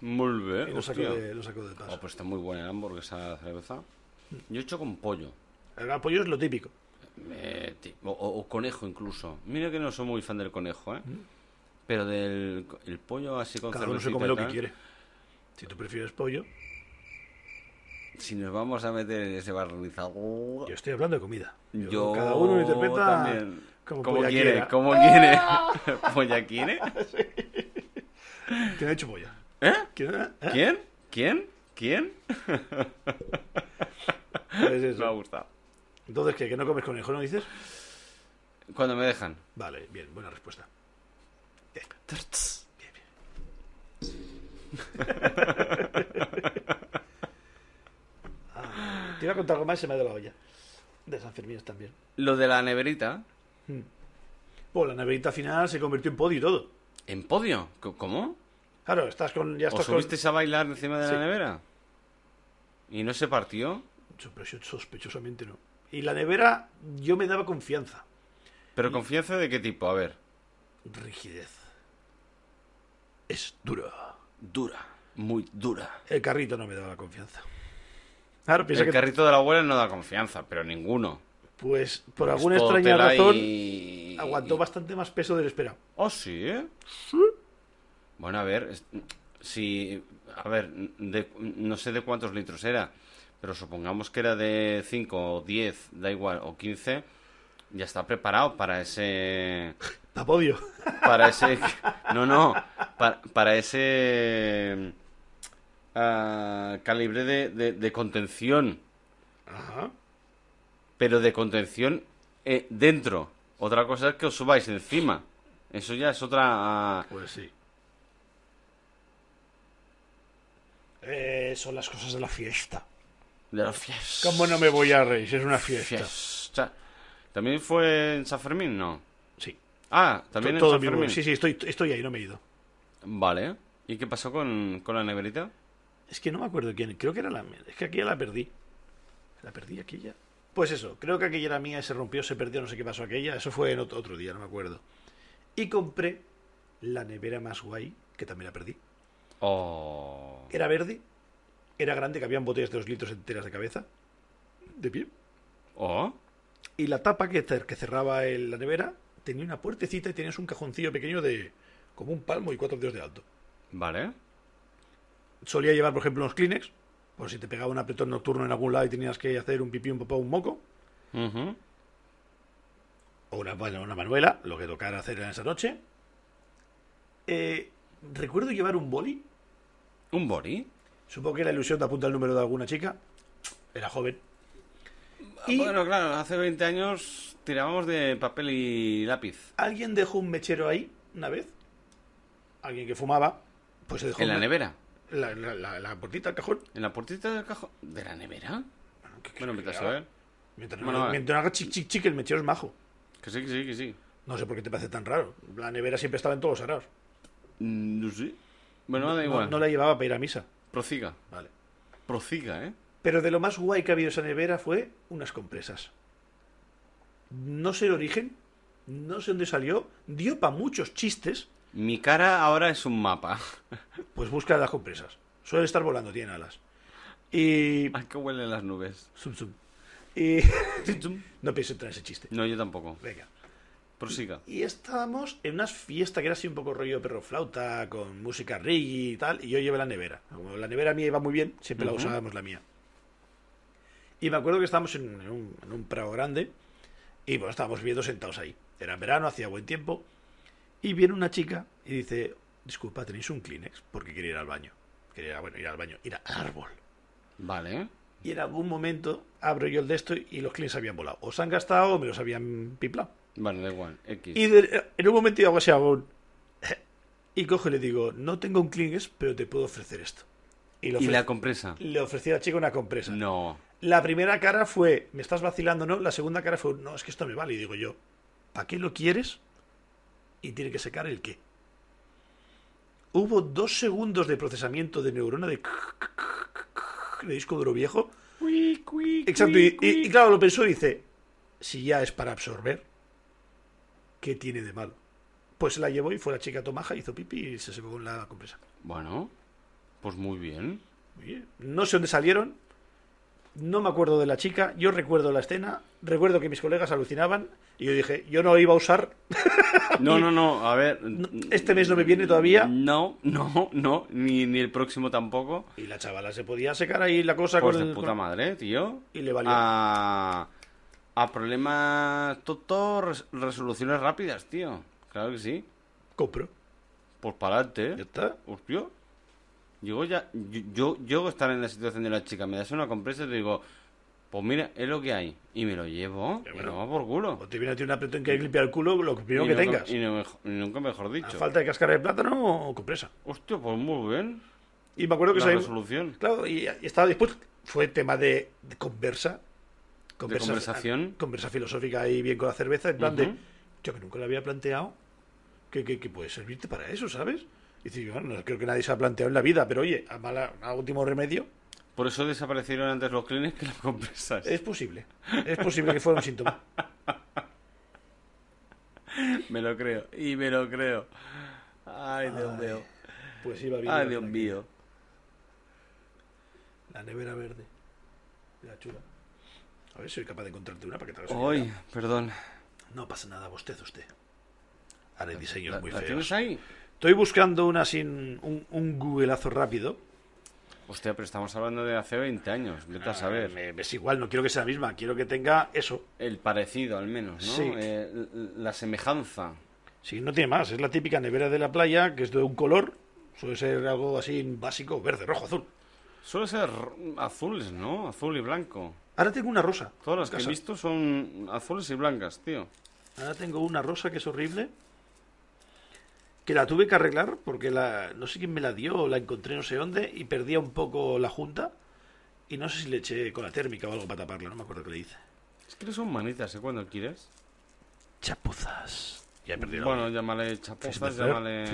Speaker 1: Muy
Speaker 2: Y
Speaker 1: bien,
Speaker 2: lo sacó
Speaker 1: Mm. hostia.
Speaker 2: de, lo sacó de
Speaker 1: Oh,
Speaker 2: paso.
Speaker 1: pues está muy buena la hamburguesa de cerveza.
Speaker 2: Hmm.
Speaker 1: Yo he hecho con pollo.
Speaker 2: El apoyo es lo típico.
Speaker 1: Eh, ti- o, o- o conejo incluso. Mira que no soy muy fan del conejo, ¿eh? Pero del el pollo así con
Speaker 2: Mm. Cada uno se
Speaker 1: cervecita
Speaker 2: come
Speaker 1: y
Speaker 2: lo que
Speaker 1: tal.
Speaker 2: quiere. Si tú prefieres pollo,
Speaker 1: Si nos vamos a meter en ese barnizado...
Speaker 2: yo estoy hablando de comida.
Speaker 1: Yo,
Speaker 2: cada uno interpreta
Speaker 1: también.
Speaker 2: como,
Speaker 1: Como
Speaker 2: polla
Speaker 1: quiere,
Speaker 2: quiera.
Speaker 1: como quiere. ¿Polla quiere?
Speaker 2: ¿Quién ha hecho polla?
Speaker 1: ¿Eh?
Speaker 2: ¿Quién? ¿Eh?
Speaker 1: ¿Quién? ¿Quién? ¿Quién?
Speaker 2: Pues eso.
Speaker 1: Me ha gustado.
Speaker 2: Entonces, ¿qué? ¿Que no comes conejo, no dices?
Speaker 1: Cuando me dejan.
Speaker 2: Vale, bien, buena respuesta. Te iba a contar algo más y se me ha ido la olla. De San Fermín también.
Speaker 1: Lo de la neverita.
Speaker 2: Pues la neverita final se convirtió en podio y todo.
Speaker 1: ¿En podio? Co- ¿Cómo?
Speaker 2: Claro, estás con. Ya
Speaker 1: ¿Os
Speaker 2: estás con.
Speaker 1: subisteis a bailar encima de
Speaker 2: Sí.
Speaker 1: la nevera? ¿Y no se partió?
Speaker 2: Sospecho- Sospechosamente no. Y la nevera, yo me daba confianza.
Speaker 1: ¿Pero confianza de qué tipo? A ver.
Speaker 2: Rigidez. Es dura.
Speaker 1: Dura. Muy dura.
Speaker 2: El carrito no me daba la confianza. Claro, piensa
Speaker 1: El
Speaker 2: que.
Speaker 1: carrito de la abuela no da confianza, pero ninguno.
Speaker 2: Pues por alguna
Speaker 1: Es todo
Speaker 2: extraña
Speaker 1: tela
Speaker 2: razón
Speaker 1: y-
Speaker 2: aguantó
Speaker 1: y-
Speaker 2: bastante más peso del esperado.
Speaker 1: Oh, sí, ¿eh? Bueno, a ver, es- si. A ver, de- no sé de cuántos litros era, pero supongamos que era de 5 o 10, da igual, o 15, ya está preparado para ese.
Speaker 2: Papodio.
Speaker 1: Para ese. No, no, para, para ese. ah, calibre de, de- de contención,
Speaker 2: Ajá.
Speaker 1: pero de contención eh, dentro. Otra cosa es que os subáis encima. Eso ya es otra. ah,
Speaker 2: Pues sí. Eh, son las cosas de la fiesta.
Speaker 1: de la fiesta.
Speaker 2: ¿Cómo no me voy a reír? si Es una fiesta.
Speaker 1: Fiesta. ¿También fue en San Fermín? No.
Speaker 2: Sí.
Speaker 1: Ah, también
Speaker 2: To-
Speaker 1: en
Speaker 2: todo
Speaker 1: San
Speaker 2: mi-
Speaker 1: Fermín.
Speaker 2: Sí, sí, estoy, estoy ahí, no me he ido.
Speaker 1: Vale. ¿Y qué pasó con, con la neverita?
Speaker 2: Es que no me acuerdo quién. Creo que era la. Es que aquella la perdí. La perdí aquella. Pues eso, creo que aquella era mía, se rompió, se perdió, no sé qué pasó aquella. Eso fue en ot- otro día, no me acuerdo. Y compré la nevera más guay, que también la perdí.
Speaker 1: Oh.
Speaker 2: Era verde, era grande, cabían botellas de dos litros enteras de cabeza, de pie.
Speaker 1: Oh.
Speaker 2: Y la tapa que, cer- que cerraba el- la nevera tenía una puertecita y tenías un cajoncillo pequeño de como un palmo y cuatro dedos de alto.
Speaker 1: Vale.
Speaker 2: Solía llevar, por ejemplo, unos Kleenex, por si te pegaba un apretón nocturno en algún lado y tenías que hacer un pipí, un papá, un moco.
Speaker 1: Ujú.
Speaker 2: o una, bueno, una manuela, lo que tocara hacer en esa noche. Eh, recuerdo llevar un boli.
Speaker 1: ¿Un boli?
Speaker 2: Supongo que la ilusión te apunta el número de alguna chica. Era joven. Y
Speaker 1: Ah, Bueno, claro, hace 20 años tirábamos de papel y lápiz.
Speaker 2: alguien dejó un mechero ahí una vez. Alguien que fumaba. Pues se dejó
Speaker 1: En la
Speaker 2: un me-
Speaker 1: nevera.
Speaker 2: La, la, la- la puertita, el cajón.
Speaker 1: En la puertita del cajón. ¿De la nevera? Bueno, vete a saber.
Speaker 2: Mientras, no-
Speaker 1: Bueno, a ver.
Speaker 2: mientras no haga chic, chic, chic, el mechero es majo.
Speaker 1: Que sí, que sí, que sí.
Speaker 2: No sé por qué te parece tan raro. La nevera siempre estaba en todos los araos.
Speaker 1: Mm, No sé. Bueno, da
Speaker 2: No-
Speaker 1: igual.
Speaker 2: no la llevaba para ir a misa.
Speaker 1: Prosiga.
Speaker 2: Vale.
Speaker 1: Prosiga, ¿eh?
Speaker 2: Pero de lo más guay que ha habido esa nevera fue unas compresas. No sé el origen, no sé dónde salió, dio para muchos chistes,
Speaker 1: Mi cara ahora es un mapa.
Speaker 2: pues busca las compresas. Suele estar volando, tiene alas. Y...
Speaker 1: ¿A qué huelen las nubes?
Speaker 2: zum, zum. Y...
Speaker 1: No,
Speaker 2: no pienso entrar en ese chiste.
Speaker 1: yo tampoco.
Speaker 2: Venga.
Speaker 1: Prosiga.
Speaker 2: Y estábamos en unas fiestas que era así un poco rollo perro flauta, con música reggae y tal, y yo llevé la nevera. Como la nevera mía iba muy bien, siempre
Speaker 1: Ujú.
Speaker 2: la usábamos la mía. Y me acuerdo que estábamos en, en un, en un prado grande, y bueno, estábamos viviendo sentados ahí. Era verano, hacía buen tiempo, y viene una chica y dice, disculpa, ¿tenéis un Kleenex? Porque quiere ir al baño. Quería, bueno, ir al baño, ir al árbol.
Speaker 1: Vale. ¿eh?
Speaker 2: Y en algún momento abro yo el de esto y los Kleenex habían volado. O se han gastado o me los habían piplado.
Speaker 1: Vale, da igual. X.
Speaker 2: Y de- en un momento yo hago así hago un... Y cojo y le digo, no tengo un Kleenex, pero te puedo ofrecer esto. Y le,
Speaker 1: ¿Y
Speaker 2: ofre-
Speaker 1: la compresa?
Speaker 2: le ofrecí a la chica una compresa.
Speaker 1: No.
Speaker 2: La primera cara fue, me estás vacilando, ¿no? La segunda cara fue, no, es que esto me vale. Y digo yo, ¿para qué lo quieres? Y tiene que secar el qué. Hubo dos segundos de procesamiento de neurona de... de disco duro viejo. Exacto, y, y- y claro, lo pensó y dice, si ya es para absorber, ¿qué tiene de malo? Pues se la llevó y fue la chica tomaja, hizo pipi y se secó con la compresa.
Speaker 1: Bueno, pues muy bien.
Speaker 2: Muy bien. No sé dónde salieron, no me acuerdo de la chica, yo recuerdo la escena, recuerdo que mis colegas alucinaban y yo dije, yo no iba a usar,
Speaker 1: No, no, no. A ver.
Speaker 2: este mes no me viene todavía.
Speaker 1: No, no, no. Ni, ni el próximo tampoco.
Speaker 2: Y la chavala se podía secar ahí la cosa
Speaker 1: Pues
Speaker 2: con...
Speaker 1: de
Speaker 2: el-
Speaker 1: puta
Speaker 2: con-
Speaker 1: madre, tío.
Speaker 2: Y le valió.
Speaker 1: A, a problemas. Todo res- resoluciones rápidas, tío. Claro que sí.
Speaker 2: Compro.
Speaker 1: Pues para adelante.
Speaker 2: Ya
Speaker 1: ¿eh?
Speaker 2: está.
Speaker 1: Hostia. Llego ya. Yo, yo llego a estar en la situación de la chica. Me das una compresa y te digo. Pues mira, es lo que hay. Y me lo llevo.
Speaker 2: Ya,
Speaker 1: Y
Speaker 2: bueno.
Speaker 1: lo va por culo.
Speaker 2: O te viene a ti un apretón que hay que limpiar el culo, lo primero
Speaker 1: Y
Speaker 2: que
Speaker 1: nunca-
Speaker 2: tengas.
Speaker 1: Y, no mejo- y nunca mejor
Speaker 2: A
Speaker 1: dicho.
Speaker 2: falta de cáscara de plátano o compresa.
Speaker 1: Hostia, pues muy bien.
Speaker 2: Y me acuerdo que
Speaker 1: la
Speaker 2: salimos-
Speaker 1: resolución.
Speaker 2: Claro, y, y estaba después. Fue tema de, de conversa,
Speaker 1: conversación.
Speaker 2: Conversa filosófica ahí bien con la cerveza, en plan de.
Speaker 1: Ujú.
Speaker 2: Yo que nunca lo había planteado, que, que, que puede servirte para eso, ¿sabes? Y dice, yo no creo que nadie se ha planteado en la vida, pero oye, a, mala, a último remedio,
Speaker 1: Por eso desaparecieron antes los clines que las compresas.
Speaker 2: es posible. Es posible que fuera un síntoma.
Speaker 1: Me lo creo. Y me lo creo. Ay, Dios mío.
Speaker 2: Pues iba bien.
Speaker 1: Ay,
Speaker 2: la-
Speaker 1: Dios mío.
Speaker 2: La nevera verde. Mira, chula. A ver si soy capaz de encontrarte una para que te hagas una idea.
Speaker 1: Hoy, perdón.
Speaker 2: No pasa nada, usted, usted. Haré diseños
Speaker 1: ¿La,
Speaker 2: muy
Speaker 1: la
Speaker 2: feos.
Speaker 1: tienes ahí?
Speaker 2: Estoy buscando una sin un, un googleazo rápido.
Speaker 1: Hostia, pero estamos hablando de hace 20 años. Vete a saber.
Speaker 2: Ah, Me, me es igual, no quiero que sea la misma, quiero que tenga eso.
Speaker 1: El parecido, al menos, ¿no?
Speaker 2: Sí.
Speaker 1: Eh, l- l- la semejanza.
Speaker 2: Sí, no tiene más, es la típica nevera de la playa, que es de un color, suele ser algo así básico, verde, rojo, azul.
Speaker 1: Suele ser azules, ¿no? Azul y blanco.
Speaker 2: Ahora tengo una rosa.
Speaker 1: Todas las
Speaker 2: en
Speaker 1: que he
Speaker 2: casa.
Speaker 1: visto son azules y blancas, tío.
Speaker 2: Ahora tengo una rosa que es horrible. Que la tuve que arreglar porque la, no sé quién me la dio, la encontré no sé dónde y perdía un poco la junta. Y no sé si le eché cola térmica o algo para taparla, no me acuerdo qué le hice.
Speaker 1: Es que son manitas, ¿eh? Cuando quieres.
Speaker 2: Chapuzas. Ya he perdido.
Speaker 1: Bueno, llámale chapuzas, llámale...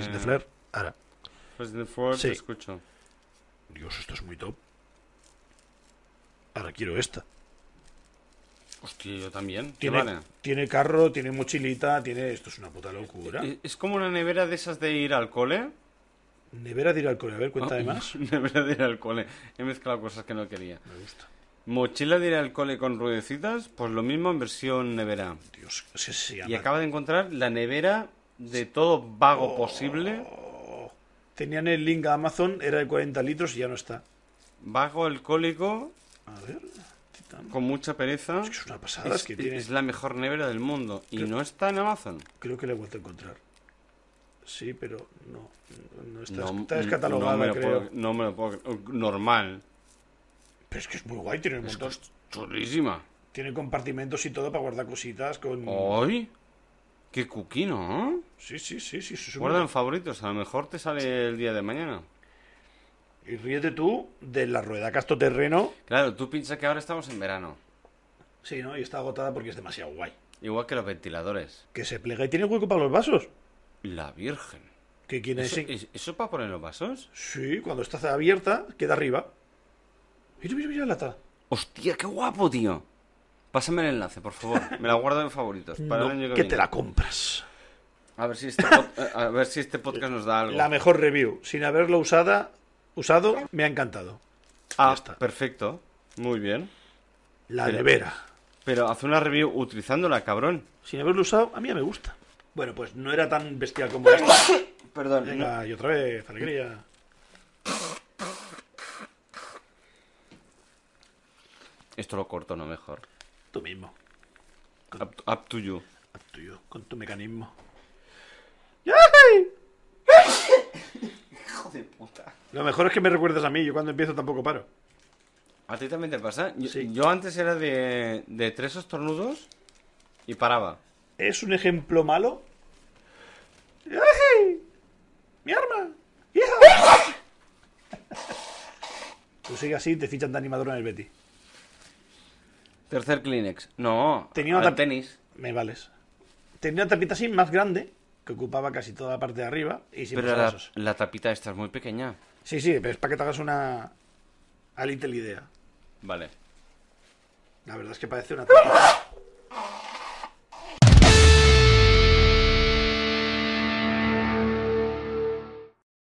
Speaker 2: Ahora.
Speaker 1: Fist in the Flair,
Speaker 2: Sí.
Speaker 1: te escucho.
Speaker 2: Dios, esto es muy top. Ahora quiero esta.
Speaker 1: Hostia, yo también. ¿Qué
Speaker 2: Tiene,
Speaker 1: vale?
Speaker 2: tiene carro, tiene mochilita, tiene. Esto es una puta locura.
Speaker 1: Eh, Es como una nevera de esas de ir al cole.
Speaker 2: Nevera de ir al cole, a ver,
Speaker 1: Ah,
Speaker 2: cuéntame más.
Speaker 1: nevera de ir al cole. He mezclado cosas que no quería.
Speaker 2: Me gusta.
Speaker 1: Mochila de ir al cole con ruedecitas, pues lo mismo en versión nevera.
Speaker 2: Dios, es que se
Speaker 1: Y
Speaker 2: llama
Speaker 1: acaba de encontrar la nevera de todo
Speaker 2: Oh.
Speaker 1: vago posible.
Speaker 2: Tenían el link a Amazon, era de 40 litros y ya no está.
Speaker 1: Vago, alcohólico,
Speaker 2: A ver. Titan.
Speaker 1: con mucha pereza.
Speaker 2: Es que es una pasada, es que tiene-
Speaker 1: es la mejor nevera del mundo. Y no está en Amazon.
Speaker 2: Creo que la he vuelto a encontrar. Sí, pero no. No está,
Speaker 1: No,
Speaker 2: está descatalogada,
Speaker 1: no me lo
Speaker 2: creo.
Speaker 1: puedo- no me lo puedo cre- Normal.
Speaker 2: Pero es que es muy guay, tiene un
Speaker 1: Es que
Speaker 2: montón.
Speaker 1: es chulísima.
Speaker 2: Tiene compartimentos y todo para guardar cositas con.
Speaker 1: ¡Ay! ¡Qué cuquino, ¿eh?
Speaker 2: Sí, sí, sí, sí. sí, sí.
Speaker 1: Guarda en favoritos, a lo mejor te sale el día de mañana.
Speaker 2: Y ríete tú de la rueda casto terreno.
Speaker 1: Claro, tú piensas que ahora estamos en verano.
Speaker 2: Sí, ¿no? Y está agotada porque es demasiado guay.
Speaker 1: Igual que los ventiladores.
Speaker 2: Que se plega y tiene hueco para los vasos.
Speaker 1: La Virgen.
Speaker 2: Que quien es.
Speaker 1: ¿Eso, es- ¿eso para poner los vasos?
Speaker 2: Sí, cuando está abierta, queda arriba. Mira, mira, mira la lata.
Speaker 1: ¡Hostia, qué guapo, tío! Pásame el enlace, por favor. Me la guardo en favoritos. Para el
Speaker 2: No,
Speaker 1: año que
Speaker 2: que
Speaker 1: viene.
Speaker 2: te la compras.
Speaker 1: A, ver si este pod- eh, a ver si este podcast nos da algo.
Speaker 2: La mejor review. Sin haberlo usada, usado, me ha encantado.
Speaker 1: ah,
Speaker 2: ya está.
Speaker 1: perfecto. Muy bien.
Speaker 2: La
Speaker 1: Pero-
Speaker 2: nevera.
Speaker 1: Pero haz una review utilizándola, cabrón.
Speaker 2: Sin haberlo usado, a mí ya me gusta. Bueno, pues no era tan bestial como esta.
Speaker 1: Perdón.
Speaker 2: Venga, y otra vez, alegría.
Speaker 1: Esto lo corto, no mejor.
Speaker 2: Tú mismo,
Speaker 1: Up, up to you.
Speaker 2: haz tuyo, con tu mecanismo.
Speaker 1: Hijo de puta.
Speaker 2: Lo mejor es que me recuerdas a mí, yo cuando empiezo tampoco paro.
Speaker 1: ¿A ti también te pasa? Yo,
Speaker 2: Sí.
Speaker 1: yo antes era de, de tres estornudos y paraba.
Speaker 2: ¿Es un ejemplo malo? ¡Ay! ¡Mi arma! ¡Hija! Tú sigues así, te fichan de animador en el Betty.
Speaker 1: Tercer Kleenex. No,
Speaker 2: Tenía
Speaker 1: al
Speaker 2: una-
Speaker 1: tenis.
Speaker 2: Me vales. Tenía una tapita así más grande, que ocupaba casi toda la parte de arriba, y sin
Speaker 1: Pero la,
Speaker 2: vasos.
Speaker 1: la tapita esta es muy pequeña.
Speaker 2: Sí, sí, pero es para que te hagas una... A little idea.
Speaker 1: Vale.
Speaker 2: La verdad es que parece una tapita...